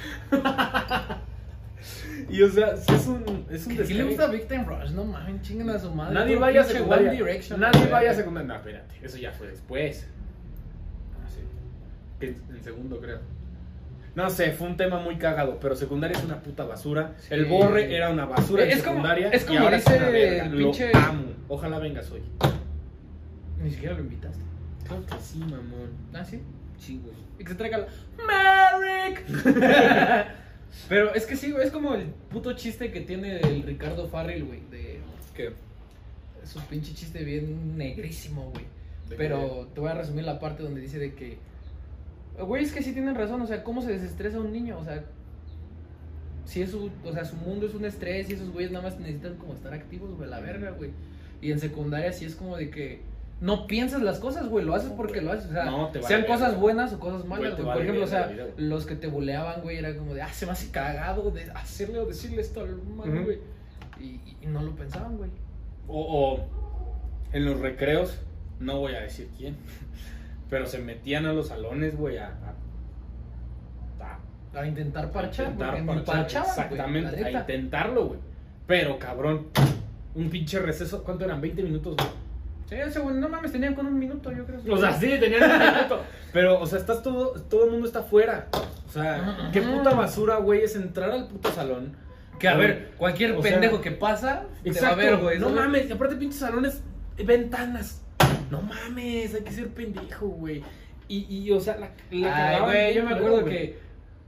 [SPEAKER 1] Y o sea, sí es un. Es un
[SPEAKER 2] ¿Qué le
[SPEAKER 1] despegue.
[SPEAKER 2] gusta Big Time Rush? No mames, chingan a su madre.
[SPEAKER 1] Nadie
[SPEAKER 2] Puro
[SPEAKER 1] vaya a
[SPEAKER 2] pinche
[SPEAKER 1] secundaria.
[SPEAKER 2] One Direction,
[SPEAKER 1] Nadie
[SPEAKER 2] güey.
[SPEAKER 1] vaya a secundaria. No, espérate, eso ya fue después. No sé. Que En, en segundo, creo. No sé, fue un tema muy cagado, pero secundaria es una puta basura.
[SPEAKER 2] Sí.
[SPEAKER 1] El borre era una basura en
[SPEAKER 2] Es como-
[SPEAKER 1] secundaria.
[SPEAKER 2] es como
[SPEAKER 1] y ahora
[SPEAKER 2] dice
[SPEAKER 1] es una verga.
[SPEAKER 2] el
[SPEAKER 1] Lo
[SPEAKER 2] pinche-
[SPEAKER 1] amo. Ojalá vengas hoy.
[SPEAKER 2] Ni siquiera lo invitaste.
[SPEAKER 1] Claro que sí, mamón.
[SPEAKER 2] Ah, sí.
[SPEAKER 1] Sí, güey.
[SPEAKER 2] Y que se traiga la. ¡Merrick! Pero es que sí, güey. Es como el puto chiste que tiene el Ricardo Farrell, güey. De.
[SPEAKER 1] ¿Qué?
[SPEAKER 2] Es un pinche chiste bien negrísimo, güey. Pero te voy a resumir la parte donde dice de que. Güey, es que sí tienen razón, o sea, ¿cómo se desestresa un niño? O sea, si es su, o sea, su mundo es un estrés y esos güeyes nada más necesitan como estar activos, güey, la verga, güey. Y en secundaria sí es como de que no piensas las cosas, güey, lo haces porque lo haces, o sea,
[SPEAKER 1] No, te vale
[SPEAKER 2] sean
[SPEAKER 1] verga.
[SPEAKER 2] cosas buenas o cosas
[SPEAKER 1] Güey,
[SPEAKER 2] malas,
[SPEAKER 1] te
[SPEAKER 2] güey.
[SPEAKER 1] vale
[SPEAKER 2] Por ejemplo, o
[SPEAKER 1] verga
[SPEAKER 2] sea,
[SPEAKER 1] la vida, güey.
[SPEAKER 2] los que te buleaban, güey, era como de, ah, se me hace cagado de hacerle o decirle esto al hermano,
[SPEAKER 1] Ujú.
[SPEAKER 2] güey. Y- y- y no lo pensaban, güey.
[SPEAKER 1] O, o en los recreos, no voy a decir quién, pero se metían a los salones, güey, a- a- a
[SPEAKER 2] A intentar parchar,
[SPEAKER 1] intentar
[SPEAKER 2] porque ni
[SPEAKER 1] parchar,
[SPEAKER 2] parchaban, güey,
[SPEAKER 1] exactamente,
[SPEAKER 2] la
[SPEAKER 1] a
[SPEAKER 2] neta.
[SPEAKER 1] intentarlo, güey. Pero cabrón, un pinche receso, ¿cuánto eran? 20 minutos, güey.
[SPEAKER 2] Sí, ese güey, no mames, tenían con un minuto, yo creo.
[SPEAKER 1] O sea, sí, tenían un minuto. Pero, o sea, estás todo, todo el mundo está afuera. O sea,
[SPEAKER 2] Ajá.
[SPEAKER 1] qué puta basura, güey, es entrar al puto salón.
[SPEAKER 2] que a ver, cualquier
[SPEAKER 1] O sea,
[SPEAKER 2] pendejo que pasa, te va a
[SPEAKER 1] Exacto,
[SPEAKER 2] ver, güey.
[SPEAKER 1] No
[SPEAKER 2] ¿sabes?
[SPEAKER 1] mames, y aparte pinches salones, eh, ventanas. No mames, hay que ser pendejo, güey. Y, y, o sea, la, la
[SPEAKER 2] Ay,
[SPEAKER 1] cagaban
[SPEAKER 2] güey,
[SPEAKER 1] bien
[SPEAKER 2] yo me
[SPEAKER 1] culero,
[SPEAKER 2] acuerdo oh,
[SPEAKER 1] güey.
[SPEAKER 2] que.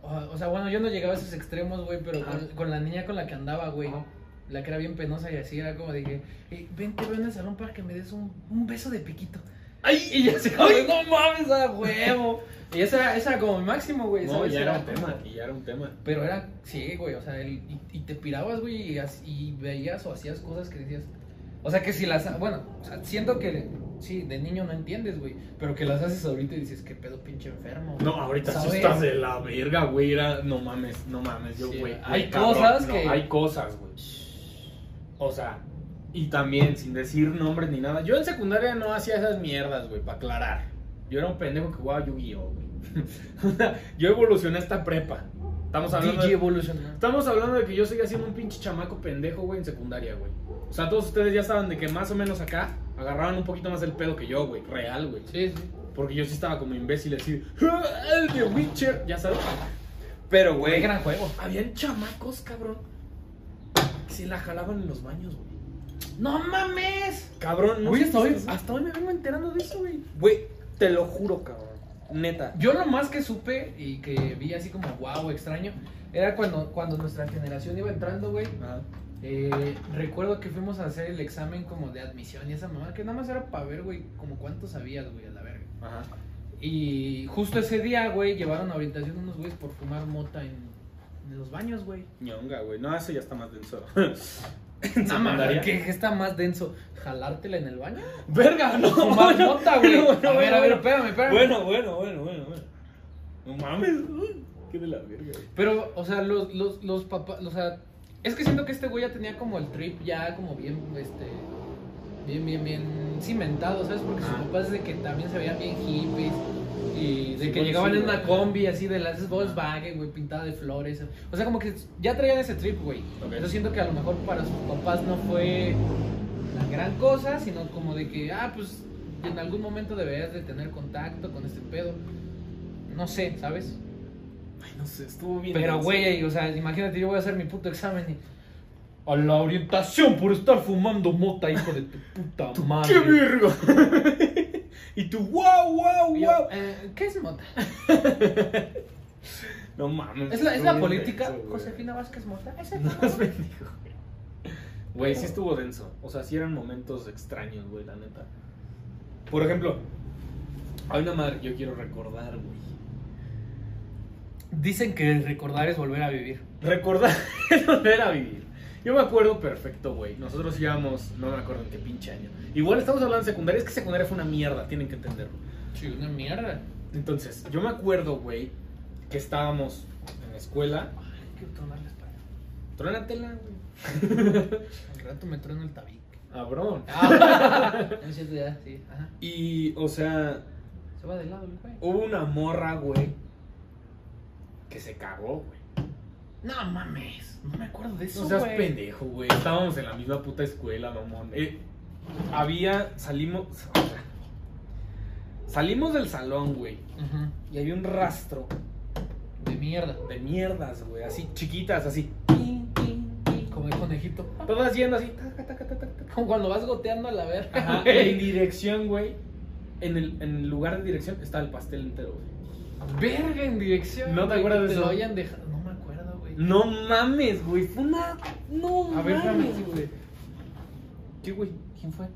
[SPEAKER 2] O o sea, bueno, yo no llegaba a esos extremos, güey, pero con,
[SPEAKER 1] Ajá.
[SPEAKER 2] con la niña con la que andaba, güey.
[SPEAKER 1] Ajá.
[SPEAKER 2] la que era bien penosa y así era como dije, "Eh, ven, te veo en el salón para que me des un, un beso de piquito. ¡Ay! Y ya se ¡Ay, no mames, a huevo! Y esa, era- esa era como mi máximo, güey.
[SPEAKER 1] No,
[SPEAKER 2] ¿sabes?
[SPEAKER 1] ya era un tema, y ya era un tema.
[SPEAKER 2] Pero era, sí, güey, o sea, el- y, y te pirabas, güey, y, as- y veías o hacías cosas que decías. O sea, que si las. Bueno, o sea, siento que. Sí, de niño no entiendes, güey. Pero que las haces ahorita y dices, qué pedo pinche enfermo. güey".
[SPEAKER 1] No, ahorita
[SPEAKER 2] ¿Sabes?
[SPEAKER 1] sí estás de la verga, güey. Era, no mames, no mames, yo,
[SPEAKER 2] Sí,
[SPEAKER 1] güey.
[SPEAKER 2] hay
[SPEAKER 1] güey, cabrón,
[SPEAKER 2] cosas
[SPEAKER 1] no,
[SPEAKER 2] que-
[SPEAKER 1] hay cosas, güey. O sea, y también, sin decir nombres ni nada. Yo en secundaria no hacía esas mierdas, güey, para aclarar. Yo era un pendejo que jugaba Yu-Gi-Oh, güey. yo evolucioné hasta prepa. Estamos hablando
[SPEAKER 2] DJ
[SPEAKER 1] de...
[SPEAKER 2] evolucionó.
[SPEAKER 1] Estamos hablando de que yo seguía siendo un pinche chamaco pendejo, güey, en secundaria, güey. O sea, todos ustedes ya saben de que más o menos acá agarraban un poquito más el pedo que yo, güey. Real, güey.
[SPEAKER 2] Sí, sí.
[SPEAKER 1] Porque yo sí estaba como imbécil así, "Ah, el de Witcher, ya sabes. Pero,
[SPEAKER 2] Qué
[SPEAKER 1] güey,
[SPEAKER 2] gran juego.
[SPEAKER 1] habían chamacos, cabrón, que se la jalaban en los baños, güey.
[SPEAKER 2] ¡No mames!
[SPEAKER 1] Cabrón, no
[SPEAKER 2] Güey,
[SPEAKER 1] sé
[SPEAKER 2] hasta hoy-
[SPEAKER 1] si- hasta hoy me vengo enterando de eso, güey. Güey, te lo juro, cabrón. Neta.
[SPEAKER 2] Yo lo más que supe y que vi así como, wow, extraño, era cuando, cuando nuestra generación iba entrando, güey.
[SPEAKER 1] Ajá.
[SPEAKER 2] Eh, recuerdo que fuimos a hacer el examen como de admisión y esa mamá, que nada más era para ver, güey, como cuánto sabías, güey, a la verga.
[SPEAKER 1] Ajá.
[SPEAKER 2] Y justo ese día, güey, llevaron a orientación unos güeyes por fumar mota en, en los baños, güey.
[SPEAKER 1] Ñonga, güey. No, eso ya está más denso.
[SPEAKER 2] Nada
[SPEAKER 1] secundaria?
[SPEAKER 2] más, que que está más denso? ¿Jalártela en el baño?
[SPEAKER 1] Verga, no.
[SPEAKER 2] Fumar
[SPEAKER 1] bueno,
[SPEAKER 2] mota, güey.
[SPEAKER 1] bueno,
[SPEAKER 2] a ver,
[SPEAKER 1] bueno,
[SPEAKER 2] a ver,
[SPEAKER 1] bueno.
[SPEAKER 2] espérame, espérame.
[SPEAKER 1] Bueno, bueno, bueno, bueno, bueno. No mames. uy, Qué de la verga, güey.
[SPEAKER 2] Pero, o sea, los, los, los papás, o sea, es que siento que este güey ya tenía como el trip ya como bien, este, bien, bien, bien cimentado, ¿sabes? Porque sus
[SPEAKER 1] Ajá.
[SPEAKER 2] papás de que también se veían bien hippies y de
[SPEAKER 1] Sí,
[SPEAKER 2] que
[SPEAKER 1] bueno,
[SPEAKER 2] llegaban
[SPEAKER 1] sí,
[SPEAKER 2] en una
[SPEAKER 1] güey.
[SPEAKER 2] combi así de las Volkswagen, güey, pintada de flores. O sea, como que ya traían ese trip, güey.
[SPEAKER 1] Ok.
[SPEAKER 2] Yo siento que a lo mejor para sus papás no fue la gran cosa, sino como de que, ah, pues en algún momento deberías de tener contacto con este pedo. No sé, ¿sabes?
[SPEAKER 1] Ay, no sé, estuvo bien.
[SPEAKER 2] Pero,
[SPEAKER 1] denso.
[SPEAKER 2] güey, o sea, imagínate, yo voy a hacer mi puto examen y... A la orientación por estar fumando mota, hijo de tu puta madre.
[SPEAKER 1] ¡Qué virgo! y tú, wow, wow,
[SPEAKER 2] Y yo,
[SPEAKER 1] wow.
[SPEAKER 2] eh, ¿Qué es mota?
[SPEAKER 1] No mames.
[SPEAKER 2] ¿Es la, es
[SPEAKER 1] estuvo
[SPEAKER 2] la
[SPEAKER 1] bien
[SPEAKER 2] política?
[SPEAKER 1] denso, güey.
[SPEAKER 2] ¿Josefina Vázquez mota? ¿Es el
[SPEAKER 1] No
[SPEAKER 2] mota?
[SPEAKER 1] es pendejo, güey. Güey, sí estuvo denso. O sea, sí eran momentos extraños, güey, la neta. Por ejemplo, hay una madre que yo quiero recordar, güey.
[SPEAKER 2] Dicen que recordar es volver a vivir.
[SPEAKER 1] Recordar es volver a vivir. Yo me acuerdo perfecto, güey. Nosotros íbamos, no me acuerdo en qué pinche año. Igual estamos hablando de secundaria, es que secundaria fue una mierda, tienen que entenderlo.
[SPEAKER 2] Sí, una mierda.
[SPEAKER 1] Entonces, yo me acuerdo, güey, que estábamos en la escuela.
[SPEAKER 2] Ay, quiero tronarles para
[SPEAKER 1] Trónatela, güey.
[SPEAKER 2] Al rato me trueno el tabique.
[SPEAKER 1] Cabrón.
[SPEAKER 2] No es cierto, ya, sí. Ajá.
[SPEAKER 1] Y, o sea,
[SPEAKER 2] Se va de lado el güey.
[SPEAKER 1] hubo una morra, güey, que se cagó, güey.
[SPEAKER 2] No mames, no me acuerdo de eso,
[SPEAKER 1] No seas
[SPEAKER 2] güey.
[SPEAKER 1] pendejo, güey. Estábamos en la misma puta escuela, mamón. Eh, había, salimos. Salimos del salón, güey.
[SPEAKER 2] Ujú,
[SPEAKER 1] Y había un rastro
[SPEAKER 2] De mierda.
[SPEAKER 1] de mierdas, güey. Así chiquitas, así.
[SPEAKER 2] Como el conejito.
[SPEAKER 1] Todas yendo así. taca, taca, taca, taca.
[SPEAKER 2] Como cuando vas goteando a la verga.
[SPEAKER 1] Ajá,
[SPEAKER 2] güey.
[SPEAKER 1] en dirección, güey. En el, en el lugar de dirección está el pastel entero, güey.
[SPEAKER 2] Verga en dirección.
[SPEAKER 1] ¿No te
[SPEAKER 2] güey,
[SPEAKER 1] acuerdas
[SPEAKER 2] que
[SPEAKER 1] de eso?
[SPEAKER 2] Te lo hayan dejado. No me acuerdo, güey.
[SPEAKER 1] No mames, güey. Fue una. No
[SPEAKER 2] A ver, espérame.
[SPEAKER 1] mames, güey. ¿Qué, güey?
[SPEAKER 2] ¿Quién fue?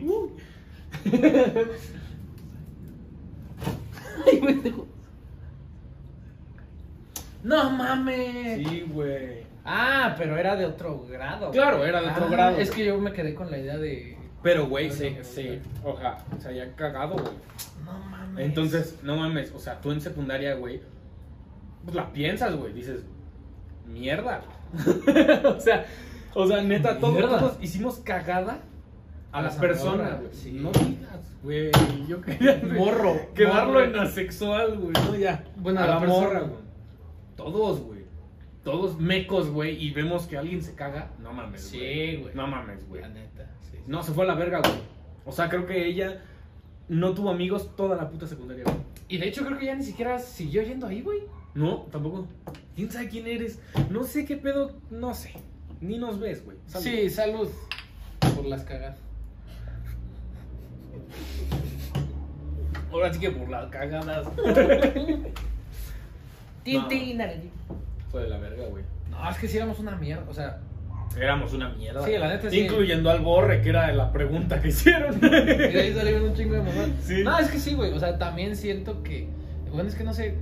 [SPEAKER 1] Uh.
[SPEAKER 2] Ay, güey, dejó- No mames.
[SPEAKER 1] Sí, güey.
[SPEAKER 2] Ah, pero era de otro grado.
[SPEAKER 1] Claro,
[SPEAKER 2] güey.
[SPEAKER 1] era de otro
[SPEAKER 2] Ah,
[SPEAKER 1] grado.
[SPEAKER 2] Es que yo me quedé con la idea de.
[SPEAKER 1] Pero, güey,
[SPEAKER 2] No,
[SPEAKER 1] se,
[SPEAKER 2] no,
[SPEAKER 1] se, oja, se había cagado, güey.
[SPEAKER 2] No mames.
[SPEAKER 1] Entonces, no mames, o sea, tú en secundaria, güey, pues la piensas, güey, dices, mierda. o sea, o sea, neta, todos,
[SPEAKER 2] Mierda.
[SPEAKER 1] todos hicimos cagada a
[SPEAKER 2] A
[SPEAKER 1] las
[SPEAKER 2] esa morra,
[SPEAKER 1] personas, güey.
[SPEAKER 2] sí.
[SPEAKER 1] No digas, güey, yo quería
[SPEAKER 2] Morro.
[SPEAKER 1] quedarlo
[SPEAKER 2] morro.
[SPEAKER 1] en asexual, güey, no ya.
[SPEAKER 2] Bueno,
[SPEAKER 1] a
[SPEAKER 2] la
[SPEAKER 1] la
[SPEAKER 2] persona.
[SPEAKER 1] morra, güey. Todos, güey. Todos mecos, güey, y vemos que alguien se caga, no mames,
[SPEAKER 2] Sí,
[SPEAKER 1] güey.
[SPEAKER 2] güey.
[SPEAKER 1] No mames, güey.
[SPEAKER 2] La neta. Sí. sí.
[SPEAKER 1] No, se fue a la verga, güey. O sea, creo que ella no tuvo amigos toda la puta secundaria, güey.
[SPEAKER 2] Y de hecho, creo que ya ni siquiera siguió yendo ahí, güey.
[SPEAKER 1] No, tampoco. ¿Quién sabe quién eres? No sé qué pedo, no sé. Ni nos ves, güey. Salud.
[SPEAKER 2] Sí, salud. Por las cagas.
[SPEAKER 1] Ahora sí que por las cagadas.
[SPEAKER 2] Tintín,
[SPEAKER 1] Fue de la verga, güey.
[SPEAKER 2] No No, es que si éramos una mierda. O sea,
[SPEAKER 1] Éramos una mierda.
[SPEAKER 2] Sí, la neta sí.
[SPEAKER 1] Incluyendo al Borre, que era la pregunta que hicieron.
[SPEAKER 2] y de ahí salieron un chingo de mamá.
[SPEAKER 1] Sí.
[SPEAKER 2] No, es que sí, güey. O sea, también siento que. Bueno, es que no sé.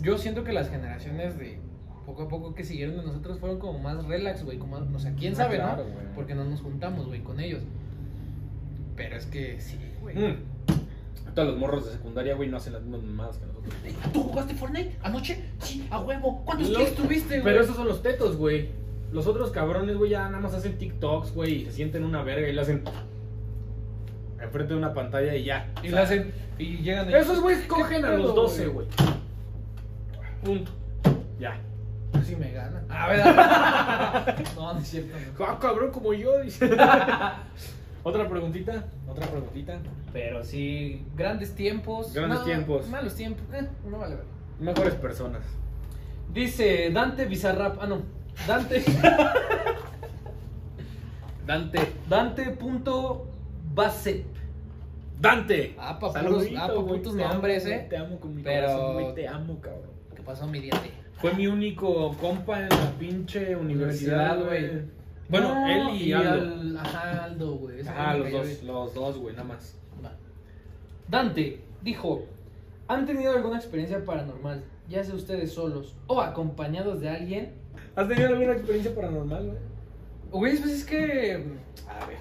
[SPEAKER 2] Yo siento que las generaciones de poco a poco que siguieron de nosotros fueron como más relax, güey. Como, o sea, quién
[SPEAKER 1] Ah,
[SPEAKER 2] sabe,
[SPEAKER 1] claro,
[SPEAKER 2] ¿no?
[SPEAKER 1] güey.
[SPEAKER 2] Porque no nos juntamos, güey, con ellos. Pero es que sí, güey.
[SPEAKER 1] Mm. Todos los morros de secundaria, güey, no hacen las mismas mamadas que nosotros.
[SPEAKER 3] ¿Tú jugaste Fortnite anoche? Sí, a huevo. ¿Cuántos
[SPEAKER 1] Lo-
[SPEAKER 2] Ah, pues, ¿Qué estuviste, güey?
[SPEAKER 1] Pero esos son los tetos, güey. Los otros cabrones, güey, ya nada más hacen TikToks, güey, y se sienten una verga y lo hacen enfrente de una pantalla y ya.
[SPEAKER 2] Y le hacen. Y llegan. y-
[SPEAKER 1] Esos güeyes cogen a
[SPEAKER 2] pedo,
[SPEAKER 1] los 12, güey. Punto. Ya.
[SPEAKER 2] Sí me gana. Ah, ¿verdad? no, no es cierto. no.
[SPEAKER 1] Ah, cabrón, como yo, dice. Otra preguntita, otra preguntita.
[SPEAKER 2] Pero sí, grandes tiempos.
[SPEAKER 1] Grandes
[SPEAKER 2] No,
[SPEAKER 1] tiempos.
[SPEAKER 2] Malos tiempos. Eh, no vale ver.
[SPEAKER 1] Mejores personas.
[SPEAKER 2] Dice Dante Bizarrap. Ah, no. Dante.
[SPEAKER 1] Dante.
[SPEAKER 2] Dante punto Basep.
[SPEAKER 1] Dante.
[SPEAKER 2] Ah, pa'
[SPEAKER 1] Saludos,
[SPEAKER 2] puros- ah, pa' putos nombres, eh.
[SPEAKER 1] Te amo con mi
[SPEAKER 2] Pero-
[SPEAKER 1] corazón, güey, te amo, cabrón.
[SPEAKER 2] ¿Qué pasó, mi eh. diente?
[SPEAKER 1] Fue mi único compa en la pinche universidad,
[SPEAKER 2] Universidad,
[SPEAKER 1] güey.
[SPEAKER 2] güey.
[SPEAKER 1] Bueno,
[SPEAKER 2] No,
[SPEAKER 1] él y, Aldo.
[SPEAKER 2] al- ajá, Aldo, güey. Ese
[SPEAKER 1] Ajá,
[SPEAKER 2] güey
[SPEAKER 1] los
[SPEAKER 2] me cayó
[SPEAKER 1] dos, los dos, güey, nada más.
[SPEAKER 2] bien. Va. Dante dijo: ¿Han tenido alguna experiencia paranormal? Ya sea ustedes solos o acompañados de alguien.
[SPEAKER 1] ¿Has tenido alguna experiencia paranormal, güey?
[SPEAKER 2] Güey, pues es que.
[SPEAKER 1] A ver.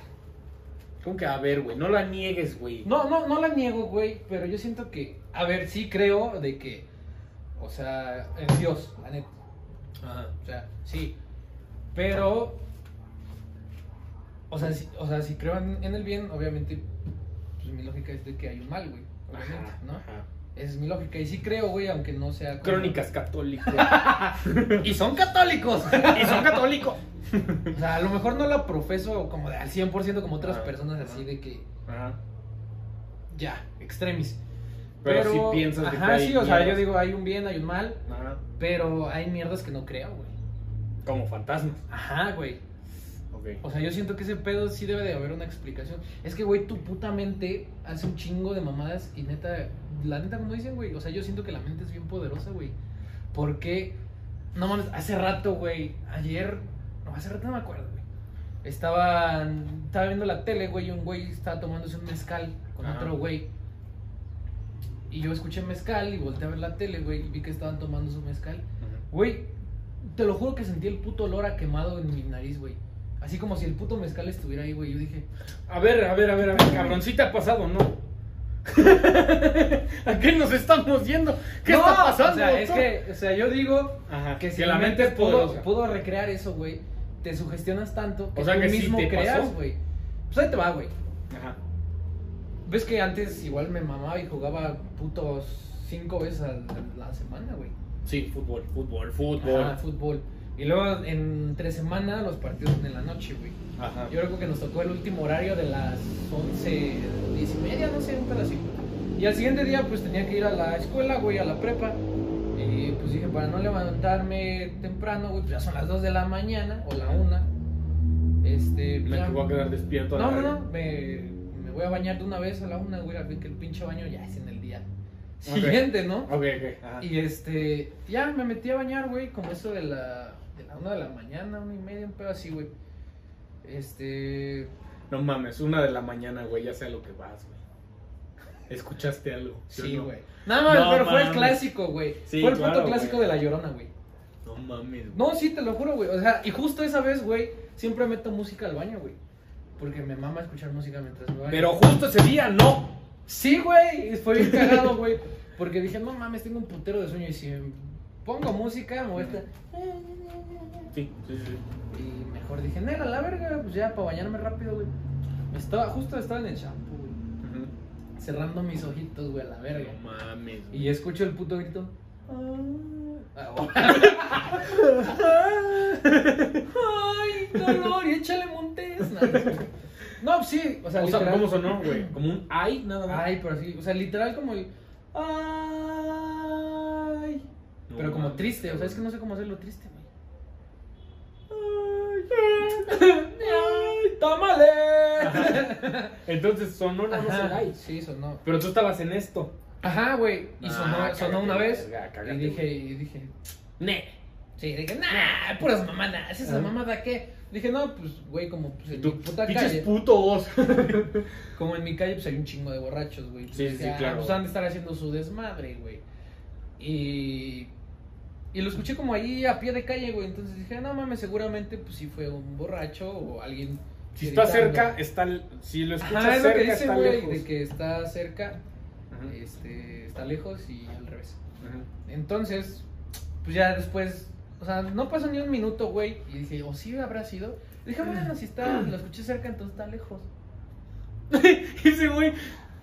[SPEAKER 1] ¿Cómo que a ver, güey? No la niegues, güey.
[SPEAKER 2] No, no, no la niego, güey, pero yo siento que, a ver, sí creo de que, o sea, en Dios, la neta,
[SPEAKER 1] Ajá.
[SPEAKER 2] o sea, sí, pero, o sea, sí, o sea, si creo en, en el bien, obviamente, pues mi lógica es de que hay un mal, güey, obviamente,
[SPEAKER 1] Ajá,
[SPEAKER 2] ¿no?
[SPEAKER 1] ajá.
[SPEAKER 2] Esa es mi lógica, y sí creo, güey, aunque no sea... como-
[SPEAKER 1] Crónicas católicas.
[SPEAKER 2] Y son católicos,
[SPEAKER 1] y son católicos.
[SPEAKER 2] o sea, a lo mejor no la profeso como de al 100% como otras
[SPEAKER 1] Ajá,
[SPEAKER 2] personas así
[SPEAKER 1] ajá.
[SPEAKER 2] de que,
[SPEAKER 1] Ajá.
[SPEAKER 2] ya, extremis.
[SPEAKER 1] Pero, si piensas que
[SPEAKER 2] Ajá,
[SPEAKER 1] hay
[SPEAKER 2] sí, o sea, yo
[SPEAKER 1] mierdas.
[SPEAKER 2] digo, hay un bien, hay un mal,
[SPEAKER 1] Ajá.
[SPEAKER 2] Pero hay mierdas que no creo, güey.
[SPEAKER 1] Como fantasmas.
[SPEAKER 2] Ajá, güey.
[SPEAKER 1] Ok.
[SPEAKER 2] O sea, yo siento que ese pedo sí debe de haber una explicación. Es que, güey, tu puta mente hace un chingo de mamadas y neta, la neta, como dicen, güey. O sea, yo siento que la mente es bien poderosa, güey. Porque, no mames, hace rato, güey, ayer, no, hace rato no me acuerdo, güey. Estaba, estaba viendo la tele, güey, y un güey estaba tomándose un mezcal con
[SPEAKER 1] Ajá.
[SPEAKER 2] otro güey. Y yo escuché mezcal y volteé a ver la tele, güey, y vi que estaban tomando su mezcal. Güey, te lo juro que sentí el puto olor a quemado en mi nariz, güey. Así como si el puto mezcal estuviera ahí, güey. Yo dije,
[SPEAKER 1] A ver, a ver, a ver, a ver, cabroncita ha pasado, ¿no? ¿A qué nos estamos yendo? ¿Qué
[SPEAKER 2] "No".
[SPEAKER 1] está pasando?
[SPEAKER 2] O sea, es
[SPEAKER 1] doctor?
[SPEAKER 2] que, o sea, yo digo
[SPEAKER 1] Ajá,
[SPEAKER 2] que
[SPEAKER 1] que,
[SPEAKER 2] si
[SPEAKER 1] la
[SPEAKER 2] mi
[SPEAKER 1] mente es
[SPEAKER 2] pudo,
[SPEAKER 1] poderosa.
[SPEAKER 2] pudo recrear eso, güey, te sugestionas tanto que
[SPEAKER 1] O sea,
[SPEAKER 2] tú
[SPEAKER 1] que sí
[SPEAKER 2] mismo
[SPEAKER 1] te
[SPEAKER 2] creas,
[SPEAKER 1] pasó.
[SPEAKER 2] güey. Pues ahí te va, güey.
[SPEAKER 1] Ajá.
[SPEAKER 2] Ves que antes igual me mamaba y jugaba putos cinco veces a la, la semana, güey.
[SPEAKER 1] Sí, fútbol, fútbol, fútbol.
[SPEAKER 2] Ajá,
[SPEAKER 1] Ajá.
[SPEAKER 2] fútbol. Y luego entre semana los partidos en la noche, güey. Yo creo que nos tocó el último horario de las 11, 10 y media, no sé, un pedacito. Y al siguiente día, pues tenía que ir a la escuela, güey, a la prepa. Y pues dije, para no levantarme temprano, güey, pues ya son las 2 de la mañana o la 1. Este,
[SPEAKER 1] Me
[SPEAKER 2] ya-
[SPEAKER 1] voy a quedar despierto. a la
[SPEAKER 2] No, no,
[SPEAKER 1] verga.
[SPEAKER 2] no, me, me voy a bañar de una vez a la 1, güey, a ver que el pinche baño ya es en el día
[SPEAKER 1] Ok.
[SPEAKER 2] siguiente, ¿no?
[SPEAKER 1] Ok, ok. Ajá.
[SPEAKER 2] Y este, ya me metí a bañar, güey, como eso de la, de la 1 de la mañana, 1 y media, un pedo así, güey. Este,
[SPEAKER 1] No mames, una de la mañana, güey, ya sé a lo que vas, güey. ¿Escuchaste algo? Yo
[SPEAKER 2] Sí,
[SPEAKER 1] no.
[SPEAKER 2] güey. Nada más,
[SPEAKER 1] No
[SPEAKER 2] pero fue el
[SPEAKER 1] mames.
[SPEAKER 2] clásico, güey.
[SPEAKER 1] Sí,
[SPEAKER 2] fue el
[SPEAKER 1] claro,
[SPEAKER 2] puto
[SPEAKER 1] güey.
[SPEAKER 2] clásico de la llorona, güey.
[SPEAKER 1] No mames, güey.
[SPEAKER 2] No, sí, te lo juro, güey. O sea, y justo esa vez, güey, siempre meto música al baño, güey. Porque me mama escuchar música mientras me baño.
[SPEAKER 1] Pero justo ese día, no.
[SPEAKER 2] Sí, güey. y Fue bien cagado, güey. Porque dije, no mames, tengo un putero de sueño. Y si pongo música, me voy a estar-
[SPEAKER 1] Sí, sí, sí.
[SPEAKER 2] Y mejor dije, nera, la verga, pues ya, para bañarme rápido, güey. Estaba, justo estaba en el shampoo, güey.
[SPEAKER 1] Ujú.
[SPEAKER 2] Cerrando mis ojitos, güey, a la verga.
[SPEAKER 1] No mames, güey.
[SPEAKER 2] Y escucho el puto grito. Ah, bueno. Ay, dolor, y échale montes. No, No, pues sí, o sea,
[SPEAKER 1] O sea,
[SPEAKER 2] literal.
[SPEAKER 1] ¿cómo sonó, güey? Como un ay, nada más.
[SPEAKER 2] Ay, pero sí, o sea, literal como el. Ay.
[SPEAKER 1] No
[SPEAKER 2] pero como
[SPEAKER 1] mames,
[SPEAKER 2] triste, o sea,
[SPEAKER 1] güey.
[SPEAKER 2] es que no sé cómo hacerlo triste, güey. Ay, tómale.
[SPEAKER 1] Entonces sonó nada más el
[SPEAKER 2] Ajá,
[SPEAKER 1] ay.
[SPEAKER 2] sí, sonó.
[SPEAKER 1] Pero tú estabas en esto.
[SPEAKER 2] Ajá, güey. Y
[SPEAKER 1] Ah,
[SPEAKER 2] sonó, sonó
[SPEAKER 1] cágate,
[SPEAKER 2] una vez.
[SPEAKER 1] verga, cágate,
[SPEAKER 2] y dije,
[SPEAKER 1] güey.
[SPEAKER 2] y dije,
[SPEAKER 1] Ne.
[SPEAKER 2] Sí, dije, nah, puras mamadas, esa
[SPEAKER 1] Ah.
[SPEAKER 2] mamada qué. Dije, no, pues, güey, como pues, en mi
[SPEAKER 1] Tú,
[SPEAKER 2] puta
[SPEAKER 1] pinches
[SPEAKER 2] calle.
[SPEAKER 1] putos.
[SPEAKER 2] como en mi calle, pues hay un chingo de borrachos, güey.
[SPEAKER 1] Sí,
[SPEAKER 2] Dije,
[SPEAKER 1] sí,
[SPEAKER 2] "Ah,
[SPEAKER 1] claro.
[SPEAKER 2] Pues han de estar haciendo su desmadre, güey. Y. Y lo escuché como ahí a pie de calle, güey. Entonces dije, no mames, seguramente, pues sí fue un borracho o alguien.
[SPEAKER 1] si está
[SPEAKER 2] gritando".
[SPEAKER 1] cerca, está. l- Si lo escuchas
[SPEAKER 2] Ajá, es lo
[SPEAKER 1] cerca,
[SPEAKER 2] que dice,
[SPEAKER 1] está
[SPEAKER 2] güey,
[SPEAKER 1] lejos.
[SPEAKER 2] de que está cerca,
[SPEAKER 1] Ajá,
[SPEAKER 2] este, está lejos y al revés.
[SPEAKER 1] ajá.
[SPEAKER 2] Entonces, pues ya después, o sea, no pasó ni un minuto, güey, y dije, o sí habrá sido. Dije, bueno, si está, lo escuché cerca, entonces está lejos.
[SPEAKER 1] Ese güey.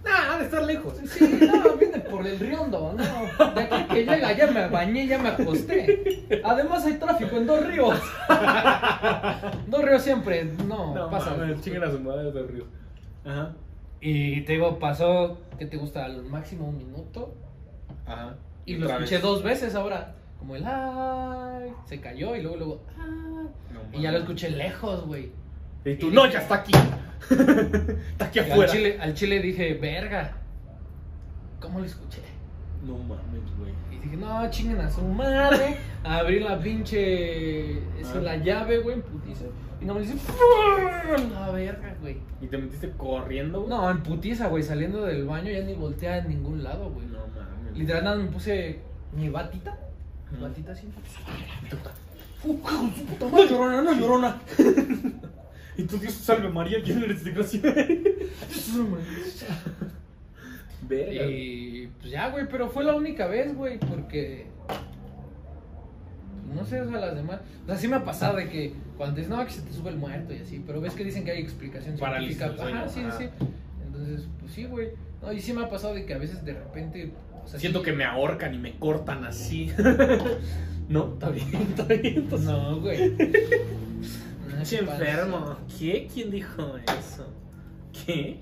[SPEAKER 1] Nah, ha de estar lejos.
[SPEAKER 2] Sí, no, viene por el riondo, no. De aquí que llega, ya me bañé, ya me acosté. Además hay tráfico en dos ríos. Dos ríos siempre, no,
[SPEAKER 1] No,
[SPEAKER 2] pasa.
[SPEAKER 1] mames, chingan a su madre de río. Ajá.
[SPEAKER 2] Y te digo, pasó, ¿qué te gusta? Al máximo un minuto.
[SPEAKER 1] Ajá.
[SPEAKER 2] Y lo
[SPEAKER 1] Otra
[SPEAKER 2] escuché
[SPEAKER 1] vez.
[SPEAKER 2] dos veces ahora. Como el ay, se cayó y luego, luego, ay.
[SPEAKER 1] No
[SPEAKER 2] Y ya lo
[SPEAKER 1] mames.
[SPEAKER 2] escuché lejos, güey.
[SPEAKER 1] Y tú, no, ya está aquí. está aquí
[SPEAKER 2] Y Al
[SPEAKER 1] afuera.
[SPEAKER 2] chile, al chile dije, verga. ¿Cómo lo escuché?
[SPEAKER 1] No mames, güey.
[SPEAKER 2] Y dije, no, chinguen a su madre. Abrí la pinche. eso,
[SPEAKER 1] Ah.
[SPEAKER 2] la llave, güey, en putiza. Y no me dice, la verga, güey.
[SPEAKER 1] ¿Y te metiste corriendo, güey?
[SPEAKER 2] No, en putiza, güey, saliendo del baño ya ni volteé a ningún lado, güey.
[SPEAKER 1] No mames.
[SPEAKER 2] Literal, nada, me puse mi batita. Mi
[SPEAKER 1] Ujú.
[SPEAKER 2] batita así.
[SPEAKER 1] No llorona, no llorona. y tú, Dios te salve María, llena eres de gracia. Verga. güey.
[SPEAKER 2] Y pues ya, güey, pero fue la única vez, güey, porque. pues, No sé, o sea, las demás. O sea, sí me ha pasado de que cuando dices, no, que se te sube el muerto y así, pero ves que dicen que hay explicación
[SPEAKER 1] Parálisis
[SPEAKER 2] científica.
[SPEAKER 1] del
[SPEAKER 2] Ajá, sí,
[SPEAKER 1] sueño,
[SPEAKER 2] sí. Entonces, pues sí, güey. No, y sí me ha pasado de que a veces de repente. o sea,
[SPEAKER 1] Siento
[SPEAKER 2] sí-
[SPEAKER 1] que me ahorcan y me cortan así. no, está bien, está bien. está bien.
[SPEAKER 2] No, güey.
[SPEAKER 1] Pinche
[SPEAKER 2] Pinche
[SPEAKER 1] enfermo. ¿Qué? ¿Quién dijo eso? ¿Qué?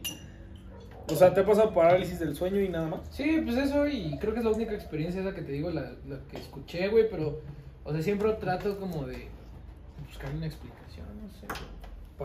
[SPEAKER 1] O sea, ¿te ha pasado parálisis del sueño y nada más?
[SPEAKER 2] Sí, pues eso, y creo que es la única experiencia esa que te digo, la, la que escuché, güey, pero, o sea, siempre trato como de buscar una explicación, no sé. güey.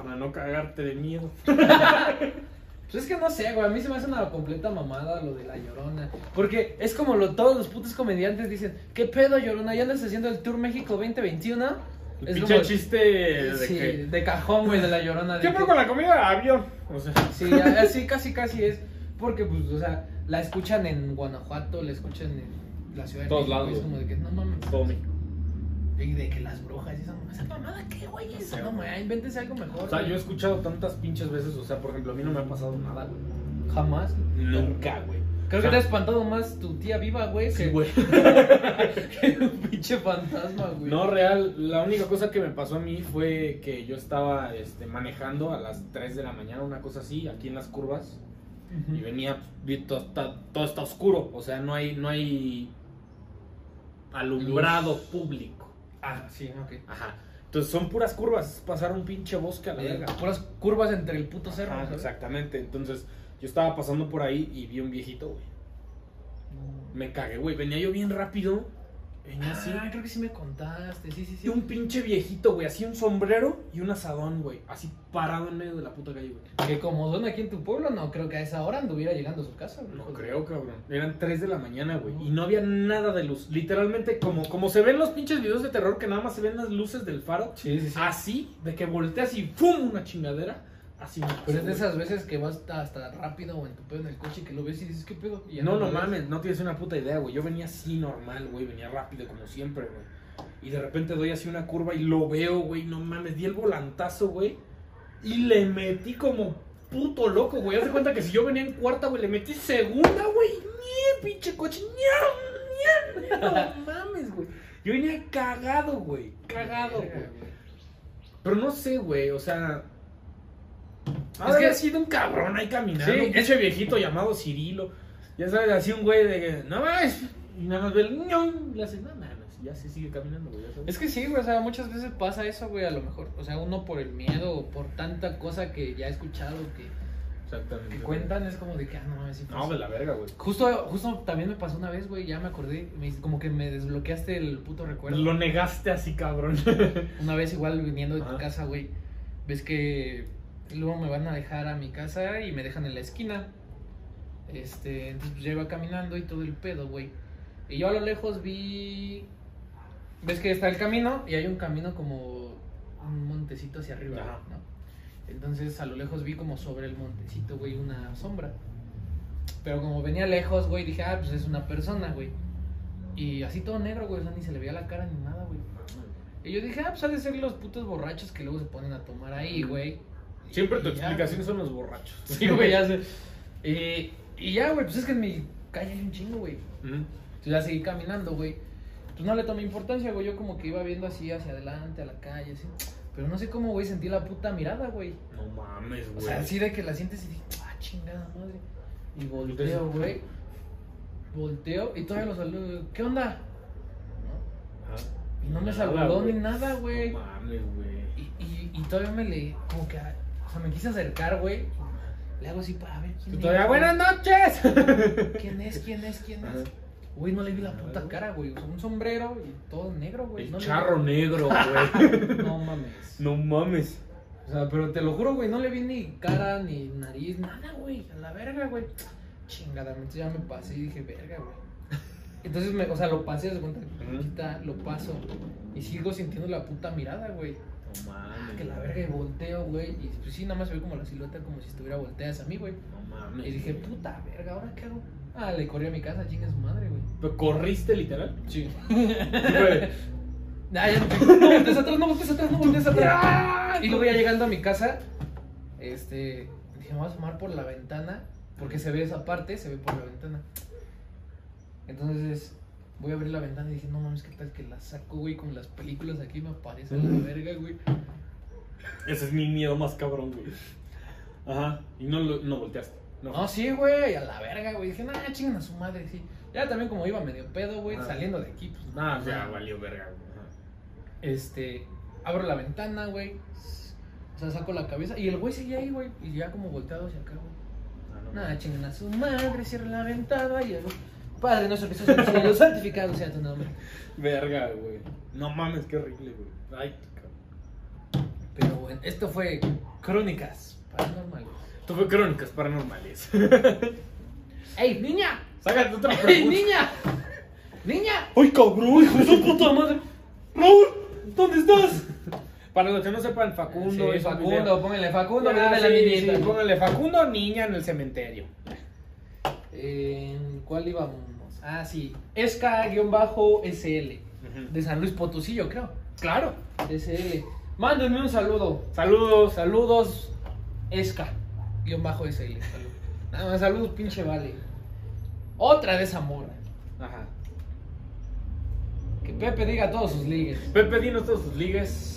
[SPEAKER 1] Para no cagarte de miedo.
[SPEAKER 2] Pues es que no sé, güey, a mí se me hace una completa mamada lo de la llorona. Porque es como lo todos los putos comediantes dicen, ¿qué pedo, llorona? ¿Ya andas haciendo el Tour México 2021?
[SPEAKER 1] El
[SPEAKER 2] Es
[SPEAKER 1] pinche
[SPEAKER 2] como-
[SPEAKER 1] chiste de
[SPEAKER 2] Sí,
[SPEAKER 1] que.
[SPEAKER 2] de cajón, güey, de la llorona. de
[SPEAKER 1] ¿Qué
[SPEAKER 2] que-
[SPEAKER 1] fue con la comida? Avión. O sea,
[SPEAKER 2] Sí, a- así casi casi es. Porque, pues, o sea, la escuchan en Guanajuato, la escuchan en la ciudad de
[SPEAKER 1] Todos
[SPEAKER 2] México,
[SPEAKER 1] lados,
[SPEAKER 2] Es
[SPEAKER 1] güey.
[SPEAKER 2] como de que, no mames.
[SPEAKER 1] Tommy.
[SPEAKER 2] Y de que las brujas y esa mamada, esa mamada, ¿qué güey? Eso no, ma, invéntese algo mejor.
[SPEAKER 1] O sea,
[SPEAKER 2] güey.
[SPEAKER 1] yo he escuchado tantas pinches veces. O sea, por ejemplo, a mí no me ha pasado nada, güey.
[SPEAKER 2] jamás.
[SPEAKER 1] Nunca, güey.
[SPEAKER 2] Creo que
[SPEAKER 1] Ah.
[SPEAKER 2] te ha espantado más tu tía viva, güey,
[SPEAKER 1] Sí,
[SPEAKER 2] que,
[SPEAKER 1] güey.
[SPEAKER 2] que un pinche fantasma, güey.
[SPEAKER 1] No, real, la única cosa que me pasó a mí fue que yo estaba este, manejando a las 3 de la mañana, una cosa así, aquí en las curvas,
[SPEAKER 2] Ujú.
[SPEAKER 1] y venía, vi todo, está, todo está oscuro, o sea, no hay, no hay alumbrado
[SPEAKER 2] Luz.
[SPEAKER 1] público.
[SPEAKER 2] Ah, sí, ok.
[SPEAKER 1] Ajá. Entonces son puras curvas, es pasar un pinche bosque
[SPEAKER 2] Eh,
[SPEAKER 1] a la verga.
[SPEAKER 2] Puras curvas entre el puto cerro.
[SPEAKER 1] Ajá,
[SPEAKER 2] ¿sabes?
[SPEAKER 1] exactamente, entonces yo estaba pasando por ahí y vi un viejito, güey. Me cagué, güey, venía yo bien rápido, venía así.
[SPEAKER 2] Mm. Ah, creo que sí me contaste. Sí, sí,
[SPEAKER 1] Y
[SPEAKER 2] sí.
[SPEAKER 1] un pinche viejito, güey, así un sombrero y un asadón, güey, así parado en medio de la puta calle, güey.
[SPEAKER 2] Que como don aquí en tu pueblo, no creo que a esa hora anduviera llegando a su casa. güey.
[SPEAKER 1] No
[SPEAKER 2] Pues,
[SPEAKER 1] creo, cabrón. Eran 3 de la mañana, güey, y no había nada de luz. Literalmente, como, como se ven los pinches videos de terror que nada más se ven las luces del faro,
[SPEAKER 2] Sí, sí, sí.
[SPEAKER 1] así, de que volteas y ¡pum! una chingadera, así. me pasó,
[SPEAKER 2] Pero es de
[SPEAKER 1] güey.
[SPEAKER 2] esas veces que vas hasta, hasta rápido o en tu pedo en el coche y que lo ves y dices, ¿qué pedo? Y ya
[SPEAKER 1] No,
[SPEAKER 2] lo
[SPEAKER 1] no
[SPEAKER 2] ves.
[SPEAKER 1] mames, no tienes una puta idea, güey. Yo venía así normal, güey, venía rápido como siempre, güey. Y de repente doy así una curva y lo veo, güey, no mames, di el volantazo, güey. Y le metí como puto loco, güey. Haz de cuenta que si yo venía en cuarta, güey, le metí segunda, güey. ¡Nie, pinche coche! ¡Nie, nie! No mames, güey. Yo venía cagado, güey. Cagado, güey. Pero no sé, güey, o sea...
[SPEAKER 2] Es
[SPEAKER 1] es
[SPEAKER 2] que-
[SPEAKER 1] que ha sido un cabrón ahí caminando.
[SPEAKER 2] Sí.
[SPEAKER 1] ese viejito llamado Cirilo. Ya sabes, así un güey de que, no mames. Y nada más ve el ñon. Le hace, no mames. y Ya se sigue caminando, güey. ya sabes.
[SPEAKER 2] Es que sí, güey, o sea, muchas veces pasa eso, güey, a lo mejor. O sea, uno por el miedo o por tanta cosa que ya he escuchado que,
[SPEAKER 1] Exactamente.
[SPEAKER 2] que
[SPEAKER 1] güey.
[SPEAKER 2] cuentan, es como de que, ah, no mames, sí
[SPEAKER 1] No, pues,
[SPEAKER 2] pasa.
[SPEAKER 1] de la verga, güey.
[SPEAKER 2] Justo, justo también me pasó una vez, güey, ya me acordé, me- como que me desbloqueaste el puto recuerdo.
[SPEAKER 1] Lo negaste así, cabrón.
[SPEAKER 2] Una vez igual viniendo de tu
[SPEAKER 1] Ajá.
[SPEAKER 2] casa, güey, ves que luego me van a dejar a mi casa y me dejan en la esquina. Este, entonces pues, ya iba caminando y todo el pedo, güey. Y yo a lo lejos vi ves que está el camino y hay un camino como un montecito hacia arriba,
[SPEAKER 1] Ajá.
[SPEAKER 2] ¿no? Entonces a lo lejos vi como sobre el montecito, güey, una sombra. Pero como venía lejos, güey, dije, ah, pues es una persona, güey. Y así todo negro, güey, o sea, ni se le veía la cara ni nada, güey. Y yo dije, ah, pues ha de ser los putos borrachos que luego se ponen a tomar ahí, güey.
[SPEAKER 1] Siempre
[SPEAKER 2] Y
[SPEAKER 1] tu
[SPEAKER 2] ya,
[SPEAKER 1] explicación son los borrachos.
[SPEAKER 2] Sí, güey, ya sé. Y, y ya, güey, pues es que en mi calle hay un chingo, güey.
[SPEAKER 1] Ujú.
[SPEAKER 2] Entonces ya seguí caminando, güey. Pues no le tomé importancia, güey. Yo como que iba viendo así hacia adelante, a la calle, así. Pero no sé cómo, güey, sentí la puta mirada, güey.
[SPEAKER 1] No mames,
[SPEAKER 2] O
[SPEAKER 1] güey.
[SPEAKER 2] sea, así de que la sientes y dije, ah, chingada madre. Y volteo,
[SPEAKER 1] Entonces-
[SPEAKER 2] güey. Volteo y todavía lo saludo. ¿Qué onda? ¿No?
[SPEAKER 1] Ajá.
[SPEAKER 2] Y no me
[SPEAKER 1] Ah. Nada,
[SPEAKER 2] saludó ni
[SPEAKER 1] güey.
[SPEAKER 2] nada, güey.
[SPEAKER 1] No mames, güey.
[SPEAKER 2] Y, y, y todavía me le. Como que. a- O sea, me quise acercar, güey. Le hago así para ver quién
[SPEAKER 1] Tú
[SPEAKER 2] es,
[SPEAKER 1] todavía,
[SPEAKER 2] güey.
[SPEAKER 1] buenas noches.
[SPEAKER 2] ¿Quién es? ¿Quién es? ¿Quién
[SPEAKER 1] Ajá.
[SPEAKER 2] es? Güey, no le vi la
[SPEAKER 1] Ajá,
[SPEAKER 2] puta
[SPEAKER 1] güey.
[SPEAKER 2] cara, güey. O sea, un sombrero y todo negro, güey.
[SPEAKER 1] El
[SPEAKER 2] No le-
[SPEAKER 1] charro negro, güey.
[SPEAKER 2] No mames.
[SPEAKER 1] no mames.
[SPEAKER 2] O sea, pero te lo juro, güey, no le vi ni cara, ni nariz, nada, güey. A la verga, güey. Chingada, entonces ya me pasé y dije, verga, güey. Entonces, me, o sea, lo pasé, se cuenta,
[SPEAKER 1] Ajá.
[SPEAKER 2] quita, lo paso. Y sigo sintiendo la puta mirada, güey.
[SPEAKER 1] No
[SPEAKER 2] Ah,
[SPEAKER 1] mames.
[SPEAKER 2] que la verga, y volteo, güey. Y pues sí, nada más se ve como la silueta, como si estuviera volteada hacia mí, güey.
[SPEAKER 1] No mames.
[SPEAKER 2] Y dije, puta verga, ¿ahora qué hago? Ah, le corrí a mi casa, chinga su madre, güey.
[SPEAKER 1] ¿Corriste literal?
[SPEAKER 2] Sí.
[SPEAKER 1] Güey.
[SPEAKER 2] Ah, ya, no voltees atrás, no voltees atrás, no voltees
[SPEAKER 1] ¡Ah!
[SPEAKER 2] atrás. Y luego ya llegando a mi casa, este, dije, me voy a asomar por la ventana, porque se ve esa parte, se ve por la ventana. Entonces, voy a abrir la ventana y dije, no mames, ¿qué tal que la saco, güey? Con las películas aquí me aparece la verga, güey.
[SPEAKER 1] Ese es mi miedo más cabrón, güey. Ajá. Y no, lo- no volteaste. No.
[SPEAKER 2] No, sí, güey, a la verga, güey. Dije, nah, chingan a su madre, sí. Ya también como iba medio pedo, güey,
[SPEAKER 1] Ah.
[SPEAKER 2] saliendo de aquí, pues
[SPEAKER 1] Ah, o sea, valió verga, güey. Ajá.
[SPEAKER 2] Este, abro la ventana, güey. O sea, saco la cabeza. Y el güey seguía ahí, güey. Y ya como volteado hacia acá, güey.
[SPEAKER 1] Ah, no
[SPEAKER 2] Nada,
[SPEAKER 1] mames.
[SPEAKER 2] chingan a su madre, cierra la ventana y el Padre nuestro que estás en el cielo, santificado sea tu nombre.
[SPEAKER 1] Verga, güey. No mames, qué horrible, güey. Ay, cabrón.
[SPEAKER 2] Pero bueno, esto fue Crónicas Paranormales.
[SPEAKER 1] Esto fue Crónicas Paranormales.
[SPEAKER 2] ¡Ey, niña!
[SPEAKER 1] Sácate otra
[SPEAKER 2] ¡Ey,
[SPEAKER 1] pregunta.
[SPEAKER 2] niña! ¡Niña!
[SPEAKER 1] ¡Ay, cabrón! ¡Hijo de su puta madre! ¡Raúl! ¿Dónde estás? Para los que no sepan, Facundo
[SPEAKER 2] Sí,
[SPEAKER 1] hizo un video.
[SPEAKER 2] Facundo, póngale Facundo,
[SPEAKER 1] Ah,
[SPEAKER 2] video de la
[SPEAKER 1] sí,
[SPEAKER 2] niñita.
[SPEAKER 1] sí, póngale Facundo niña en el cementerio.
[SPEAKER 2] Eh, ¿Cuál íbamos? Ah, sí. Esca-SL. De San Luis Potosí, yo creo.
[SPEAKER 1] Claro.
[SPEAKER 2] SL. Mándenme un saludo.
[SPEAKER 1] Saludos.
[SPEAKER 2] Saludos, Esca. Guión bajo SL. Saludos. Nada más, saludos, pinche vale. Otra de esa morra.
[SPEAKER 1] Ajá.
[SPEAKER 2] Que Pepe diga todos sus ligues.
[SPEAKER 1] Pepe, dinos todos sus ligues.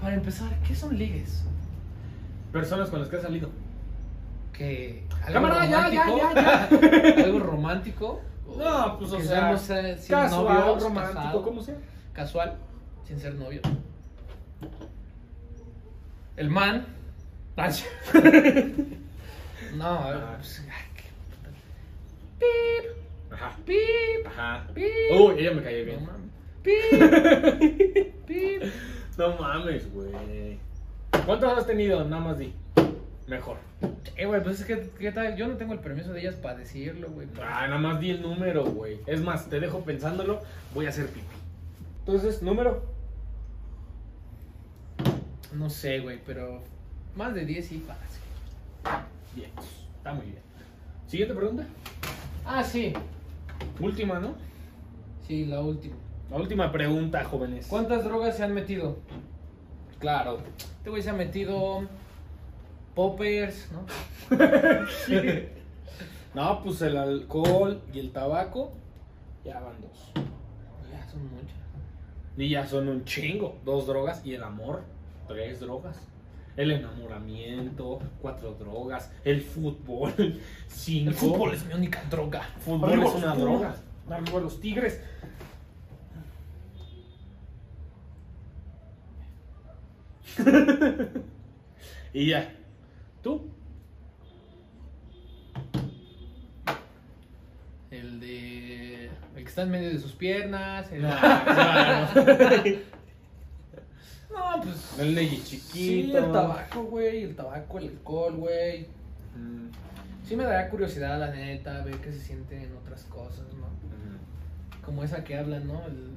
[SPEAKER 2] Para empezar, ¿qué son ligues?
[SPEAKER 1] Personas con las que has salido.
[SPEAKER 2] Que.
[SPEAKER 1] Cámara, ya, ya,
[SPEAKER 2] romántico- algo romántico.
[SPEAKER 1] No, pues o
[SPEAKER 2] Que
[SPEAKER 1] sea,
[SPEAKER 2] seamos, eh, sin
[SPEAKER 1] casual,
[SPEAKER 2] novios,
[SPEAKER 1] romántico,
[SPEAKER 2] casados.
[SPEAKER 1] como sea.
[SPEAKER 2] Casual, sin ser novio. El man. Ah, sí. no,
[SPEAKER 1] Ah.
[SPEAKER 2] pues, ay, qué puta.
[SPEAKER 1] Ajá.
[SPEAKER 2] Pip,
[SPEAKER 1] Ajá.
[SPEAKER 2] pip.
[SPEAKER 1] Uy, ella me cayó
[SPEAKER 2] No
[SPEAKER 1] bien.
[SPEAKER 2] mames. Pip, pip.
[SPEAKER 1] No mames, güey. ¿Cuántos has tenido? Nada más di. Mejor.
[SPEAKER 2] Eh, güey, pues es que, ¿qué tal? Yo no tengo el permiso de ellas para decirlo, güey.
[SPEAKER 1] Ah, nada más di el número, güey. Es más, te dejo pensándolo. Voy a hacer pipí. Entonces, número.
[SPEAKER 2] No sé, güey, pero más de 10 sí fácil.
[SPEAKER 1] Bien. Está muy bien. Siguiente pregunta.
[SPEAKER 2] Ah, sí.
[SPEAKER 1] Última, ¿no?
[SPEAKER 2] Sí, la última.
[SPEAKER 1] La última pregunta, jóvenes.
[SPEAKER 2] ¿Cuántas drogas se han metido?
[SPEAKER 1] Claro.
[SPEAKER 2] Este güey se ha metido poppers, ¿no?
[SPEAKER 1] No, pues el alcohol y el tabaco ya van dos.
[SPEAKER 2] Ya son muchas.
[SPEAKER 1] Y ya son un chingo. Dos drogas y el amor, tres drogas. El enamoramiento, cuatro drogas. El fútbol, cinco.
[SPEAKER 2] El fútbol es mi única droga.
[SPEAKER 1] Fútbol
[SPEAKER 2] Arriba
[SPEAKER 1] es una
[SPEAKER 2] los
[SPEAKER 1] droga. Arriba los tigres. y ya. ¿Tú?
[SPEAKER 2] El de. El que está en medio de sus piernas. El...
[SPEAKER 1] Ah,
[SPEAKER 2] No, pues.
[SPEAKER 1] El ley chiquito.
[SPEAKER 2] Sí, el tabaco, güey. El tabaco, el alcohol, güey.
[SPEAKER 1] Mm,
[SPEAKER 2] Sí me daría curiosidad, la neta, ver qué se sienten en otras cosas, ¿no?
[SPEAKER 1] mm.
[SPEAKER 2] Como esa que hablan, ¿no? El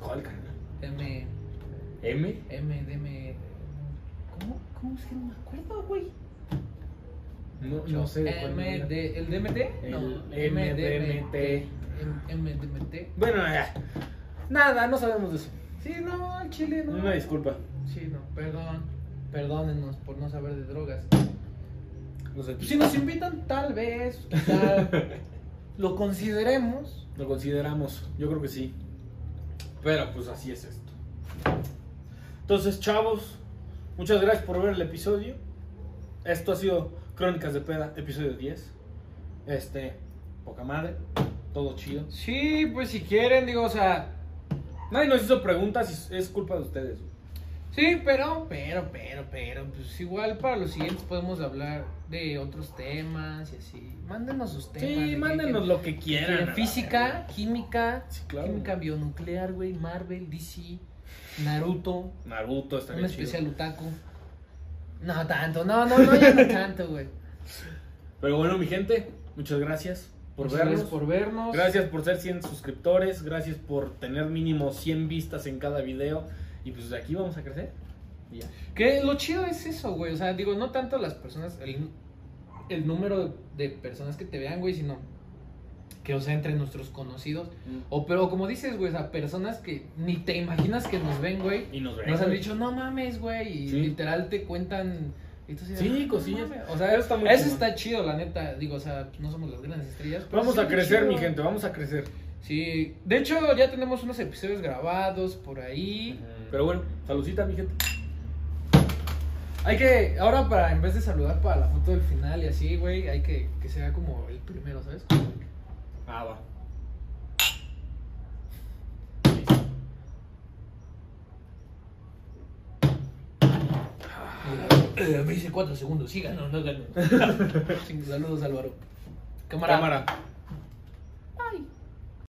[SPEAKER 1] ¿Cuál, carnal?
[SPEAKER 2] deme,
[SPEAKER 1] ¿M?
[SPEAKER 2] M, deme. ¿Cómo? ¿Cómo es que no me acuerdo, güey?
[SPEAKER 1] No, no sé. de cuál
[SPEAKER 2] M,
[SPEAKER 1] manera.
[SPEAKER 2] D- ¿El DMT?
[SPEAKER 1] El MDMT.
[SPEAKER 2] M, DMT.
[SPEAKER 1] Bueno, ya. Nada, no sabemos de eso.
[SPEAKER 2] Sí, no, al chile, no.
[SPEAKER 1] Una disculpa.
[SPEAKER 2] Sí, no, perdón. Perdónennos por no saber de drogas.
[SPEAKER 1] No sé.
[SPEAKER 2] Si nos invitan, tal vez, quizá lo consideremos.
[SPEAKER 1] Lo consideramos, yo creo que sí. Pero pues así es esto. Entonces, chavos, muchas gracias por ver el episodio. Esto ha sido Crónicas de Peda, episodio 10. Este, poca madre, todo chido.
[SPEAKER 2] Sí, pues si quieren, digo, o sea,
[SPEAKER 1] Nadie nos hizo preguntas y es culpa de ustedes. güey.
[SPEAKER 2] Sí, pero, pero, pero, pero, pues igual para los siguientes podemos hablar de otros temas y así. Mándenos sus temas. de
[SPEAKER 1] Sí,
[SPEAKER 2] qué
[SPEAKER 1] mándenos
[SPEAKER 2] quieren-
[SPEAKER 1] lo que
[SPEAKER 2] qué
[SPEAKER 1] quieran.
[SPEAKER 2] quieren.
[SPEAKER 1] a la verga.
[SPEAKER 2] Física, química,
[SPEAKER 1] Sí, claro.
[SPEAKER 2] química bionuclear, güey, Marvel, DC, Naruto,
[SPEAKER 1] Naruto está
[SPEAKER 2] un
[SPEAKER 1] bien chido.
[SPEAKER 2] especial Utaku. No tanto, no, no, no, ya no tanto, güey.
[SPEAKER 1] Pero bueno, mi gente, muchas gracias por
[SPEAKER 2] Muchas
[SPEAKER 1] vernos.
[SPEAKER 2] gracias por vernos.
[SPEAKER 1] Gracias por ser 100 suscriptores, gracias por tener mínimo 100 vistas en cada video y pues de aquí vamos a crecer. Y ya.
[SPEAKER 2] Que lo chido es eso, güey. O sea, digo, no tanto las personas, el, el número de personas que te vean, güey, sino que, o sea, entre nuestros conocidos. O pero como dices, güey, o sea, personas que ni te imaginas que nos ven, güey.
[SPEAKER 1] Y nos vemos.
[SPEAKER 2] Nos han dicho, no mames, güey. Y
[SPEAKER 1] Sí.
[SPEAKER 2] literal te cuentan. y tú así de,
[SPEAKER 1] Sí,
[SPEAKER 2] "No
[SPEAKER 1] cosillas".
[SPEAKER 2] mames". O sea,
[SPEAKER 1] Eso está muy
[SPEAKER 2] eso
[SPEAKER 1] chingón.
[SPEAKER 2] está chido, la neta. Digo, o sea, no somos las grandes estrellas. pero
[SPEAKER 1] Vamos
[SPEAKER 2] está
[SPEAKER 1] a crecer,
[SPEAKER 2] chido.
[SPEAKER 1] mi gente, vamos a crecer.
[SPEAKER 2] Sí. De hecho, ya tenemos unos episodios grabados por ahí.
[SPEAKER 1] Pero bueno, saludcita, mi gente.
[SPEAKER 2] Hay que, ahora para, en vez de saludar para la foto del final y así, güey, hay que que sea como el primero, ¿sabes? Como el-
[SPEAKER 1] Ah, va. Ah.
[SPEAKER 2] Eh, me dice cuatro segundos, sigan, no, no, no. Saludos, Álvaro. Cámara.
[SPEAKER 1] Cámara.